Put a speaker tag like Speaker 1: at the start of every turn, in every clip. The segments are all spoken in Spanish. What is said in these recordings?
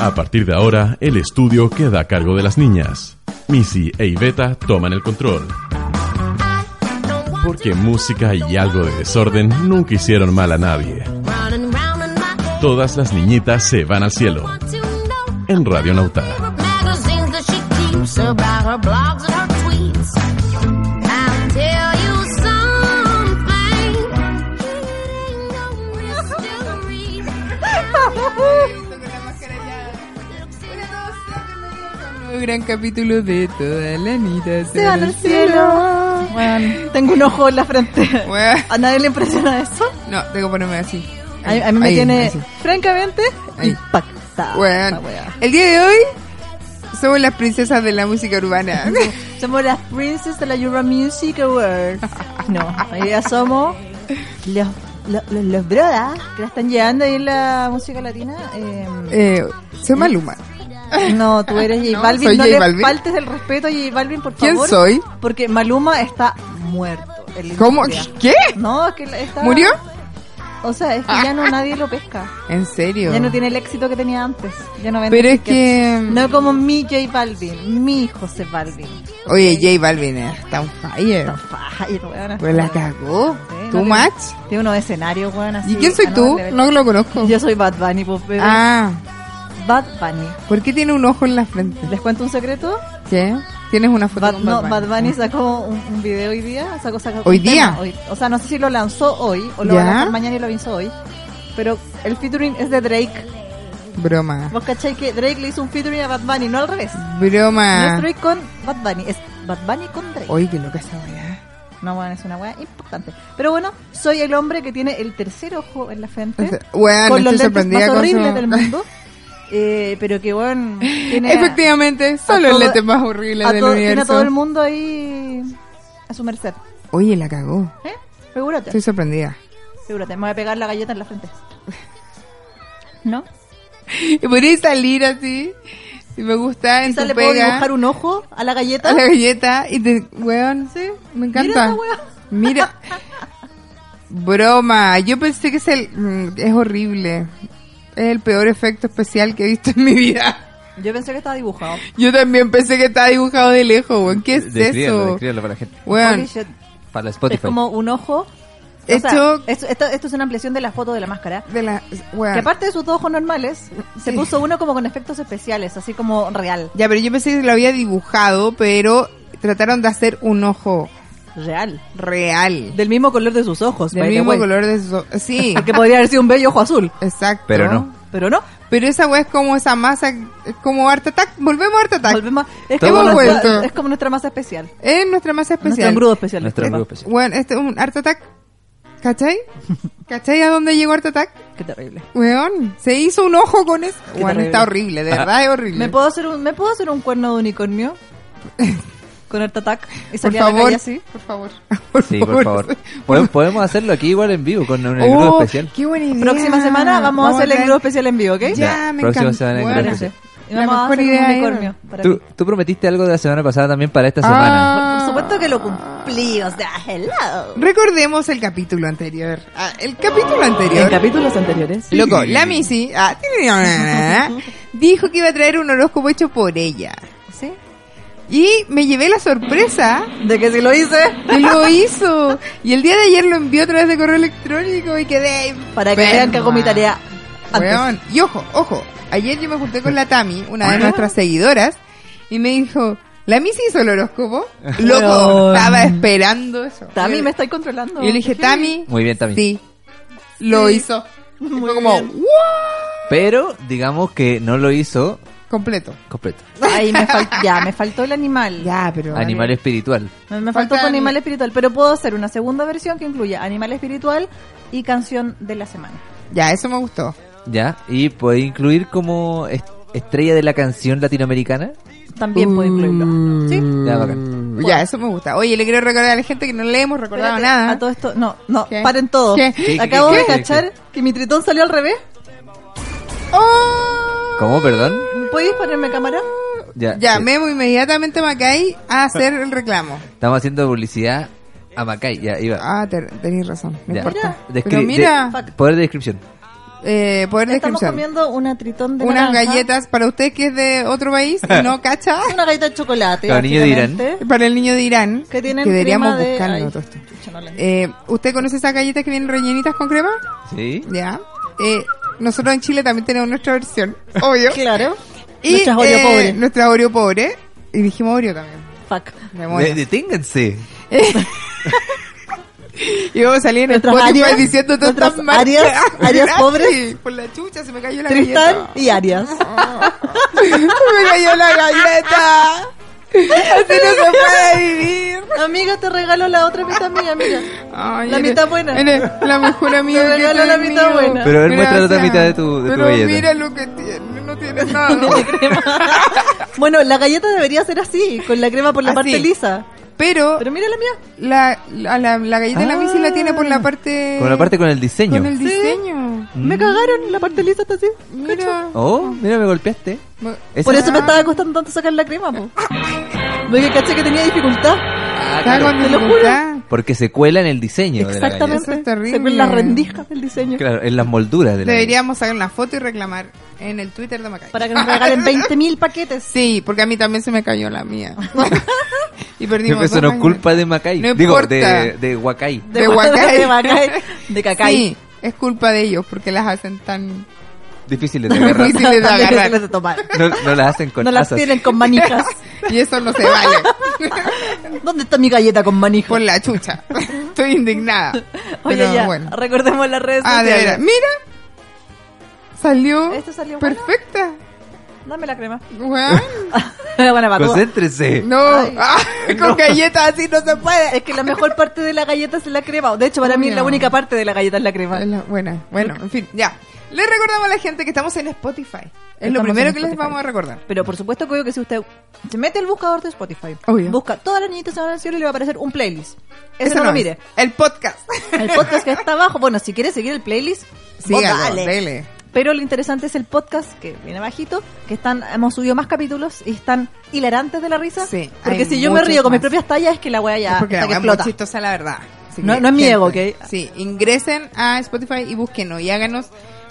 Speaker 1: A partir de ahora, el estudio queda a cargo de las niñas. Missy e Iveta toman el control. Porque música y algo de desorden nunca hicieron mal a nadie. Todas las niñitas se van al cielo. En Radio Nauta.
Speaker 2: magazines that she keeps about her blogs and her tweets. I'll tell you something. It ain't no mystery.
Speaker 3: Un gran capítulo de toda la nita
Speaker 4: Se van al cielo. Bueno, tengo un ojo en la frente.
Speaker 3: Bueno.
Speaker 4: ¿A nadie le impresiona eso?
Speaker 3: No, tengo que ponerme así.
Speaker 4: A, a mí me
Speaker 3: Ahí,
Speaker 4: tiene, Ah,
Speaker 3: así.
Speaker 4: francamente,
Speaker 3: Ahí.
Speaker 4: impactada.
Speaker 3: Weón.
Speaker 4: la wea.
Speaker 3: El día de hoy somos las princesas de la música urbana.
Speaker 4: Somos las princesas de la Euro Music Awards. No, hoy día somos los, los, los, los brodas que la están llevando ahí en la música latina. Eh,
Speaker 3: eh, soy Maluma.
Speaker 4: no, tú eres J
Speaker 3: Eh. No,
Speaker 4: Balvin.
Speaker 3: soy
Speaker 4: no
Speaker 3: J
Speaker 4: le
Speaker 3: Balvin.
Speaker 4: faltes el respeto a J Balvin, por
Speaker 3: ¿Quién
Speaker 4: favor.
Speaker 3: soy?
Speaker 4: Porque Maluma está muerto. en la
Speaker 3: ¿Cómo?
Speaker 4: industria.
Speaker 3: ¿Qué?
Speaker 4: No, es que está...
Speaker 3: ¿Murió?
Speaker 4: O sea, es que ya no nadie lo pesca.
Speaker 3: ¿En serio?
Speaker 4: Ya no tiene el éxito que tenía antes. Ya no vende
Speaker 3: Pero es
Speaker 4: tickets.
Speaker 3: que- mm,
Speaker 4: No como mi J Balvin, mi José Balvin.
Speaker 3: Oye, J Balvin eh, está on fire.
Speaker 4: No, fire, weón.
Speaker 3: Pues la cagó.
Speaker 4: Sí, no
Speaker 3: ¿Tú,
Speaker 4: tiene-
Speaker 3: Max?
Speaker 4: Tiene unos escenarios, weón. así,
Speaker 3: ¿Y quién soy
Speaker 4: a
Speaker 3: tú?
Speaker 4: nuevos
Speaker 3: No lo conozco.
Speaker 4: niveles. Yo soy Bad Bunny, pues, bebé.
Speaker 3: Ah,
Speaker 4: Bad Bunny.
Speaker 3: ¿por qué tiene un ojo en la frente?
Speaker 4: ¿Les cuento un secreto?
Speaker 3: ¿Qué? ¿Tienes una foto
Speaker 4: Bad,
Speaker 3: con
Speaker 4: no,
Speaker 3: Bad
Speaker 4: Bad
Speaker 3: Bunny? Ah.
Speaker 4: Bunny sacó un, un video hoy día. Sacó, sacó
Speaker 3: ¿Hoy
Speaker 4: un
Speaker 3: día?
Speaker 4: tema hoy. O sea, no sé si lo lanzó hoy o lo
Speaker 3: ¿Ya?
Speaker 4: va a lanzar mañana y lo lanzó hoy. Pero el featuring es de Drake.
Speaker 3: Broma.
Speaker 4: ¿Vos cachai que Drake le hizo un featuring a Bad Bunny? No al revés. No es
Speaker 3: Broma.
Speaker 4: Drake con Bad Bunny, es Bad Bunny con Drake.
Speaker 3: Ah. Oye, qué loca esa weá.
Speaker 4: No, bueno, es una weá importante. Pero bueno, soy el hombre que tiene el tercer ojo en la frente.
Speaker 3: Weá, no
Speaker 4: con los lentes
Speaker 3: estoy sorprendida
Speaker 4: más
Speaker 3: con su-
Speaker 4: horribles del mundo. Eh, pero que bueno, tiene, a-
Speaker 3: Efectivamente, solo
Speaker 4: todo-
Speaker 3: el lente más horrible
Speaker 4: a
Speaker 3: del
Speaker 4: todo- tiene a todo el
Speaker 3: universo.
Speaker 4: mundo ahí a su merced.
Speaker 3: Oye, la cagó.
Speaker 4: ¿Eh? Figúrate,
Speaker 3: Estoy sorprendida.
Speaker 4: figúrate. Me voy a pegar la galleta en la frente. ¿No?
Speaker 3: Y podría salir así. Si me gusta, en
Speaker 4: Quizás
Speaker 3: tu
Speaker 4: le puedo
Speaker 3: pega,
Speaker 4: dibujar un ojo a la galleta.
Speaker 3: a la galleta y te... Weón, sí, me
Speaker 4: Mira
Speaker 3: encanta.
Speaker 4: esa weá.
Speaker 3: Mira. Broma, yo pensé que es, el, mm, es horrible. Es el peor efecto especial que he visto en mi vida.
Speaker 4: Yo pensé que estaba dibujado.
Speaker 3: Yo también pensé que estaba dibujado de lejos, weón. ¿Qué es
Speaker 5: Descríbelo,
Speaker 3: eso?
Speaker 5: descríbelo para la gente.
Speaker 3: Weón,
Speaker 4: Holy shit.
Speaker 5: Para Spotify.
Speaker 4: Es como un ojo. O sea,
Speaker 3: Esto-
Speaker 4: esto, esto, esto es una ampliación de la foto de la máscara.
Speaker 3: de la... weón.
Speaker 4: Que aparte de sus dos ojos normales, se puso uno como con efectos especiales, así como real.
Speaker 3: Ya, pero yo pensé que lo había dibujado, pero trataron de hacer un ojo
Speaker 4: Real.
Speaker 3: real.
Speaker 4: Del mismo color de Ah, sus ojos.
Speaker 3: Del
Speaker 4: by the
Speaker 3: mismo
Speaker 4: way.
Speaker 3: color de sus ojos. Sí,
Speaker 4: Que podría haber sido un bello ojo azul.
Speaker 3: exacto.
Speaker 5: Pero no.
Speaker 4: Pero no.
Speaker 3: Pero esa weá es como esa masa, es como Art Attack. Volvemos a Art Attack.
Speaker 4: volvemos- es,
Speaker 3: Estamos
Speaker 4: como nuestra,
Speaker 3: vuelto.
Speaker 4: es como nuestra masa especial.
Speaker 3: Es nuestra masa
Speaker 4: Nuestro
Speaker 3: especial.
Speaker 4: engrudo especial.
Speaker 5: Nuestro
Speaker 4: disculpa.
Speaker 5: grupo. sí.
Speaker 3: Weón, este es un Art Attack. ¿Cachai? ¿Cachai a dónde llegó Art Attack?
Speaker 4: Qué terrible.
Speaker 3: Weón, se hizo un ojo con eso.
Speaker 4: Qué
Speaker 3: Weón,
Speaker 4: terrible. Ah.
Speaker 3: está horrible, de verdad es horrible.
Speaker 4: ¿Me puedo, hacer un, ¿Me puedo hacer un cuerno de unicornio? Con el tatac. Y
Speaker 3: por
Speaker 4: salir a la
Speaker 3: favor,
Speaker 4: calle así.
Speaker 3: por favor.
Speaker 5: Sí, por favor. Podemos, podemos hacerlo aquí igual en vivo con un
Speaker 3: Oh,
Speaker 5: grupo especial.
Speaker 3: Qué buena idea.
Speaker 4: Próxima semana vamos, a hacer el engrudo especial en vivo, ¿ok?
Speaker 3: Ya,
Speaker 5: Ya,
Speaker 3: me
Speaker 5: próxima
Speaker 3: encanta.
Speaker 5: semana en
Speaker 3: Weón.
Speaker 5: grupo
Speaker 4: Parece.
Speaker 5: especial.
Speaker 4: Y
Speaker 3: La
Speaker 4: vamos a
Speaker 3: mejor
Speaker 4: hacer un
Speaker 3: idea era.
Speaker 4: unicornio. para
Speaker 5: Tú,
Speaker 4: ti.
Speaker 5: tú prometiste algo de la semana pasada también para esta
Speaker 3: Ah.
Speaker 5: semana.
Speaker 4: Por supuesto que lo cumplí, o sea, hello.
Speaker 3: Recordemos el capítulo anterior. Ah, el capítulo anterior.
Speaker 4: capítulos anteriores.
Speaker 3: Loco, la Missy ah, dijo que iba a traer un horóscopo hecho por ella.
Speaker 4: ¿Sí?
Speaker 3: Y me llevé la sorpresa
Speaker 4: ¿De que si lo hice?
Speaker 3: que lo hizo. Y el día de ayer lo envió a través de correo electrónico y quedé.
Speaker 4: Para que
Speaker 3: enferma.
Speaker 4: vean que hago mi tarea antes.
Speaker 3: Weón. Y ojo, ojo. Ayer yo me junté con la Tami, una de
Speaker 4: ¿Ah?
Speaker 3: nuestras seguidoras, y me dijo: La Missy hizo el horóscopo. Loco,
Speaker 4: Weón.
Speaker 3: estaba esperando eso.
Speaker 4: Tami,
Speaker 3: Yo-
Speaker 4: me estoy controlando.
Speaker 3: Yo le dije: Tami,
Speaker 5: Muy bien también.
Speaker 3: Sí. Lo hizo.
Speaker 4: Muy
Speaker 3: Fue como,
Speaker 4: bien.
Speaker 3: "What?".
Speaker 5: Pero digamos que no lo hizo
Speaker 3: Completo.
Speaker 5: completo.
Speaker 4: Ay, me fal- ya, me faltó el animal.
Speaker 3: Ya, pero.
Speaker 5: Animal espiritual.
Speaker 4: Me, me faltó
Speaker 3: Falta
Speaker 4: con animal
Speaker 3: ani-
Speaker 4: espiritual, pero puedo hacer una segunda versión que incluya animal espiritual y canción de la semana.
Speaker 3: Ya, eso me gustó.
Speaker 5: Ya. Y puede incluir como est- estrella de la canción latinoamericana.
Speaker 4: También
Speaker 3: Mm.
Speaker 4: puedo incluirlo. ¿Sí?
Speaker 5: Ya, bacán.
Speaker 3: Ya, eso me gusta. Oye, le quiero recordar a la gente que no le hemos recordado
Speaker 4: Espérate,
Speaker 3: nada.
Speaker 4: A todo esto, no, no,
Speaker 3: ¿Qué?
Speaker 4: paren todo.
Speaker 3: ¿Qué?
Speaker 5: ¿Qué, qué,
Speaker 4: Acabo
Speaker 5: qué,
Speaker 4: de
Speaker 5: qué,
Speaker 4: cachar que mi tritón salió al revés.
Speaker 3: ¡Oh!
Speaker 5: ¿Cómo, perdón?
Speaker 4: ¿Podéis ponerme cámara?
Speaker 5: Ya.
Speaker 3: Ya,
Speaker 5: sí.
Speaker 3: Memo inmediatamente a Macay a hacer el reclamo.
Speaker 5: Estamos haciendo publicidad a Macay. Ya, iba.
Speaker 3: Ah, te- tenés razón. No
Speaker 5: Ya.
Speaker 3: importa.
Speaker 5: Descri-
Speaker 3: Pero mira,
Speaker 5: de- poder de descripción.
Speaker 3: eh, poder de
Speaker 4: Estamos
Speaker 3: descripción.
Speaker 4: comiendo una tritón de
Speaker 3: Unas
Speaker 4: naranja.
Speaker 3: galletas para usted que es de otro país y no cacha.
Speaker 4: Una galleta de chocolate.
Speaker 5: Los niños dirán.
Speaker 4: básicamente,
Speaker 3: Para el niño de Irán,
Speaker 4: Que
Speaker 3: que,
Speaker 4: tienen
Speaker 3: deberíamos
Speaker 4: crema de-
Speaker 3: buscar
Speaker 4: ay,
Speaker 3: nosotros.
Speaker 4: chucha, no la-
Speaker 3: Eh, ¿Usted conoce esas galletas que vienen rellenitas con crema?
Speaker 5: ¿Sí?
Speaker 3: Ya. Eh, nosotros en Chile también tenemos nuestra versión, obvio.
Speaker 4: Claro.
Speaker 3: Y,
Speaker 4: Nuestras Oreo
Speaker 3: eh,
Speaker 4: pobres.
Speaker 3: Nuestra Oreo pobre. Y dijimos Oreo también.
Speaker 4: Fuck.
Speaker 3: Me muero.
Speaker 5: De- deténganse.
Speaker 3: Y vamos a salir en
Speaker 4: Nuestras
Speaker 3: Spotify
Speaker 4: Arias,
Speaker 3: diciendo
Speaker 4: nuestras
Speaker 3: tantas marcas.
Speaker 4: Arias, Arias
Speaker 3: Ah,
Speaker 4: pobres.
Speaker 3: sí, Por la chucha se me cayó la
Speaker 4: Tristán
Speaker 3: galleta.
Speaker 4: y Arias.
Speaker 3: me cayó la galleta. Así no se puede vivir.
Speaker 4: Amiga, te regalo la otra mitad mía, mira.
Speaker 3: Ay,
Speaker 4: La
Speaker 3: eres-
Speaker 4: mitad buena.
Speaker 3: eres la mejor amiga
Speaker 4: Te
Speaker 3: que
Speaker 4: regalo
Speaker 3: tengo.
Speaker 4: la mitad buena.
Speaker 5: Pero a ver, muestra la otra mitad de tu- de tu
Speaker 3: Pero
Speaker 5: galleta.
Speaker 3: mira lo que tiene. No tiene nada.
Speaker 4: Bueno, la galleta debería ser así, con la crema por la
Speaker 3: Así.
Speaker 4: parte lisa.
Speaker 3: Pero
Speaker 4: Pero mira la mía.
Speaker 3: la, la, la, la galleta de la Missy la tiene por la parte...
Speaker 5: Con la parte con el diseño.
Speaker 3: Con el diseño.
Speaker 4: Me
Speaker 5: Mm.
Speaker 4: cagaron, la parte lisa está así.
Speaker 3: Mira.
Speaker 5: Oh, mira, me golpeaste. Ah, Esa-
Speaker 4: Por eso me estaba costando tanto sacar la crema, po. Porque caché que tenía dificultad.
Speaker 5: Ah,
Speaker 3: Está
Speaker 5: claro.
Speaker 3: con
Speaker 4: te lo
Speaker 3: dificultad.
Speaker 5: Porque se cuela en el diseño. de la
Speaker 4: Exactamente.
Speaker 3: Eso es terrible.
Speaker 4: Se ven las rendijas del diseño.
Speaker 5: galleta. claro, en las molduras de la
Speaker 3: Deberíamos sacar una foto y reclamar en el Twitter de Macay.
Speaker 4: Para que nos regalen 20.000 paquetes.
Speaker 3: Sí, porque a mí también se me cayó la mía. y perdimos
Speaker 5: galleta. Eso
Speaker 3: dos
Speaker 5: no es culpa de Macay.
Speaker 3: No
Speaker 5: Digo,
Speaker 3: importa.
Speaker 5: de, de Huacay.
Speaker 3: De Huacay.
Speaker 4: De Huacay. De Cacay.
Speaker 3: Sí, es culpa de ellos porque las hacen tan...
Speaker 5: Difíciles de agarrar.
Speaker 3: Difícil de
Speaker 4: Tan
Speaker 3: agarrar.
Speaker 4: difíciles de tomar.
Speaker 5: No, no las hacen con
Speaker 4: no las
Speaker 5: asas.
Speaker 4: tienen con manijas.
Speaker 3: Y eso no se vale.
Speaker 4: ¿Dónde está mi galleta con manijas?
Speaker 3: Por la chucha. Estoy indignada.
Speaker 4: Oye,
Speaker 3: Pero
Speaker 4: ya,
Speaker 3: bueno.
Speaker 4: recordemos las redes
Speaker 3: Ah, de
Speaker 4: sociales.
Speaker 3: veras. Mira. Salió,
Speaker 4: ¿Esto salió bueno?
Speaker 3: perfecta.
Speaker 4: Dame la crema.
Speaker 3: Weón.
Speaker 4: Buena patúa.
Speaker 5: Concéntrense.
Speaker 3: No. Ah, con galletas así no se puede.
Speaker 4: Es que la mejor parte de la galleta es la crema. De hecho, para mí
Speaker 3: Obvio.
Speaker 4: la única parte de la galleta es la crema.
Speaker 3: Es la- buena. Bueno, en fin, ya. Le recordamos a la gente que estamos en Spotify. Es lo
Speaker 4: Estamos
Speaker 3: primero
Speaker 4: en
Speaker 3: que les
Speaker 4: Spotify.
Speaker 3: vamos a recordar.
Speaker 4: Pero por supuesto creo que si usted se mete el buscador de Spotify,
Speaker 3: Obvio.
Speaker 4: busca todas las niñitas que van al cielo y le va a aparecer un playlist. Eso no, lo
Speaker 3: es.
Speaker 4: mire.
Speaker 3: El podcast.
Speaker 4: El podcast que está abajo. Bueno, si quiere seguir el playlist,
Speaker 3: Sí,
Speaker 4: vos
Speaker 3: dale.
Speaker 4: dale. Pero lo interesante es el podcast que viene abajito, que están, hemos subido más capítulos y están hilarantes de la risa.
Speaker 3: Sí, hay
Speaker 4: porque si yo me
Speaker 3: muchos
Speaker 4: río con mis
Speaker 3: más.
Speaker 4: propias tallas es que la wea ya
Speaker 3: porque
Speaker 4: está
Speaker 3: la
Speaker 4: que
Speaker 3: wea es muy
Speaker 4: explota.
Speaker 3: chistosa, la verdad. Así
Speaker 4: No-
Speaker 3: que,
Speaker 4: no es mi
Speaker 3: gente,
Speaker 4: ego, ¿ok?
Speaker 3: Sí, ingresen a Spotify y búsquenos y háganos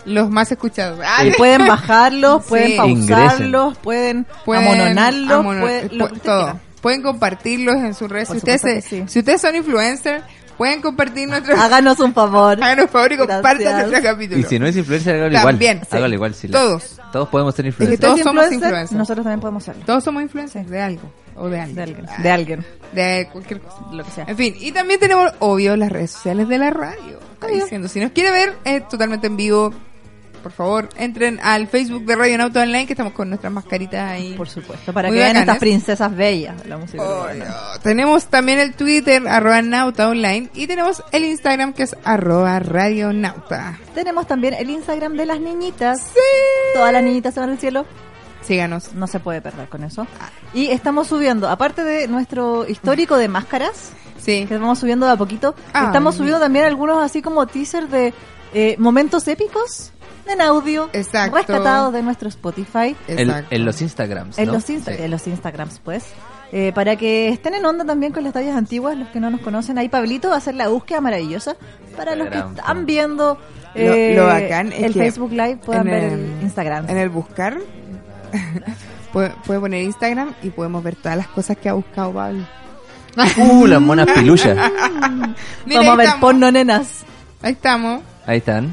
Speaker 3: los más escuchados. Ah,
Speaker 4: Y pueden bajarlos,
Speaker 3: Sí.
Speaker 4: pueden pausarlos, pueden,
Speaker 3: pueden
Speaker 4: amononarlos,
Speaker 3: amono- eh,
Speaker 4: pueden lo que
Speaker 3: pu-
Speaker 4: usted
Speaker 3: todo.
Speaker 4: quiera.
Speaker 3: Pueden compartirlos en sus redes.
Speaker 4: Por
Speaker 3: Si ustedes,
Speaker 4: supuesto
Speaker 3: se-
Speaker 4: que sí.
Speaker 3: si ustedes son influencers, pueden compartir nuestro.
Speaker 4: Háganos un favor.
Speaker 3: Háganos favor y
Speaker 4: Gracias.
Speaker 3: compartan nuestro capítulo.
Speaker 5: Y si no es influencer, hágalo
Speaker 3: También,
Speaker 5: igual.
Speaker 3: sí.
Speaker 5: Hágalo igual. Si la-
Speaker 3: Todos.
Speaker 5: Todos podemos ser
Speaker 3: que
Speaker 5: influencers.
Speaker 3: todos somos
Speaker 4: influencers,
Speaker 3: influencers.
Speaker 4: Nosotros también podemos serlo.
Speaker 3: Todos somos influencers de algo o de alguien.
Speaker 4: De alguien.
Speaker 3: Ah,
Speaker 4: De alguien.
Speaker 3: de cualquier cosa.
Speaker 4: Lo que sea.
Speaker 3: En fin, y también tenemos, obvio, las redes sociales de la radio. Está
Speaker 4: Obvio.
Speaker 3: diciendo, si nos quiere ver eh, totalmente en vivo, por favor, entren al Facebook de Radio Nauta Online, que estamos con nuestras mascaritas ahí.
Speaker 4: Por supuesto. Para
Speaker 3: Muy
Speaker 4: que vean
Speaker 3: bacanes.
Speaker 4: estas princesas bellas de la música. urbana.
Speaker 3: Obvio. Tenemos también el Twitter, arroba Nauta Online, y tenemos el Instagram, que es arroba Radio Nauta.
Speaker 4: Tenemos también el Instagram de las niñitas. Todas las niñitas se van al cielo.
Speaker 3: Síganos.
Speaker 4: No se puede perder con eso. Y estamos subiendo, aparte de nuestro histórico de máscaras,
Speaker 3: Sí.
Speaker 4: que vamos subiendo de a poquito,
Speaker 3: Ay.
Speaker 4: estamos subiendo también algunos así como teaser de eh, momentos épicos en audio,
Speaker 3: Exacto.
Speaker 4: rescatados de nuestro Spotify.
Speaker 5: En,
Speaker 3: Exacto.
Speaker 5: en los Instagrams.
Speaker 4: En
Speaker 5: ¿no?
Speaker 4: los, Insta- en los Instagrams, pues. Eh, para que estén en onda también con las tallas antiguas, los que no nos conocen. Ahí Pablito va a hacer la búsqueda maravillosa. Para los que
Speaker 5: Instagram,
Speaker 4: están
Speaker 5: po.
Speaker 4: viendo
Speaker 3: Lo-
Speaker 4: eh,
Speaker 3: lo bacán es
Speaker 4: el
Speaker 3: que
Speaker 4: Facebook Live, puedan
Speaker 3: en
Speaker 4: ver el,
Speaker 3: el-
Speaker 4: Instagram.
Speaker 3: En el buscar, puede, puede poner Instagram y podemos ver todas las cosas que ha buscado Pablo.
Speaker 5: Uh, las monas piluchas.
Speaker 3: Mira,
Speaker 4: Vamos a
Speaker 3: ahí
Speaker 4: ver
Speaker 3: estamos.
Speaker 4: porno, nenas.
Speaker 3: Ahí estamos.
Speaker 5: Ahí están.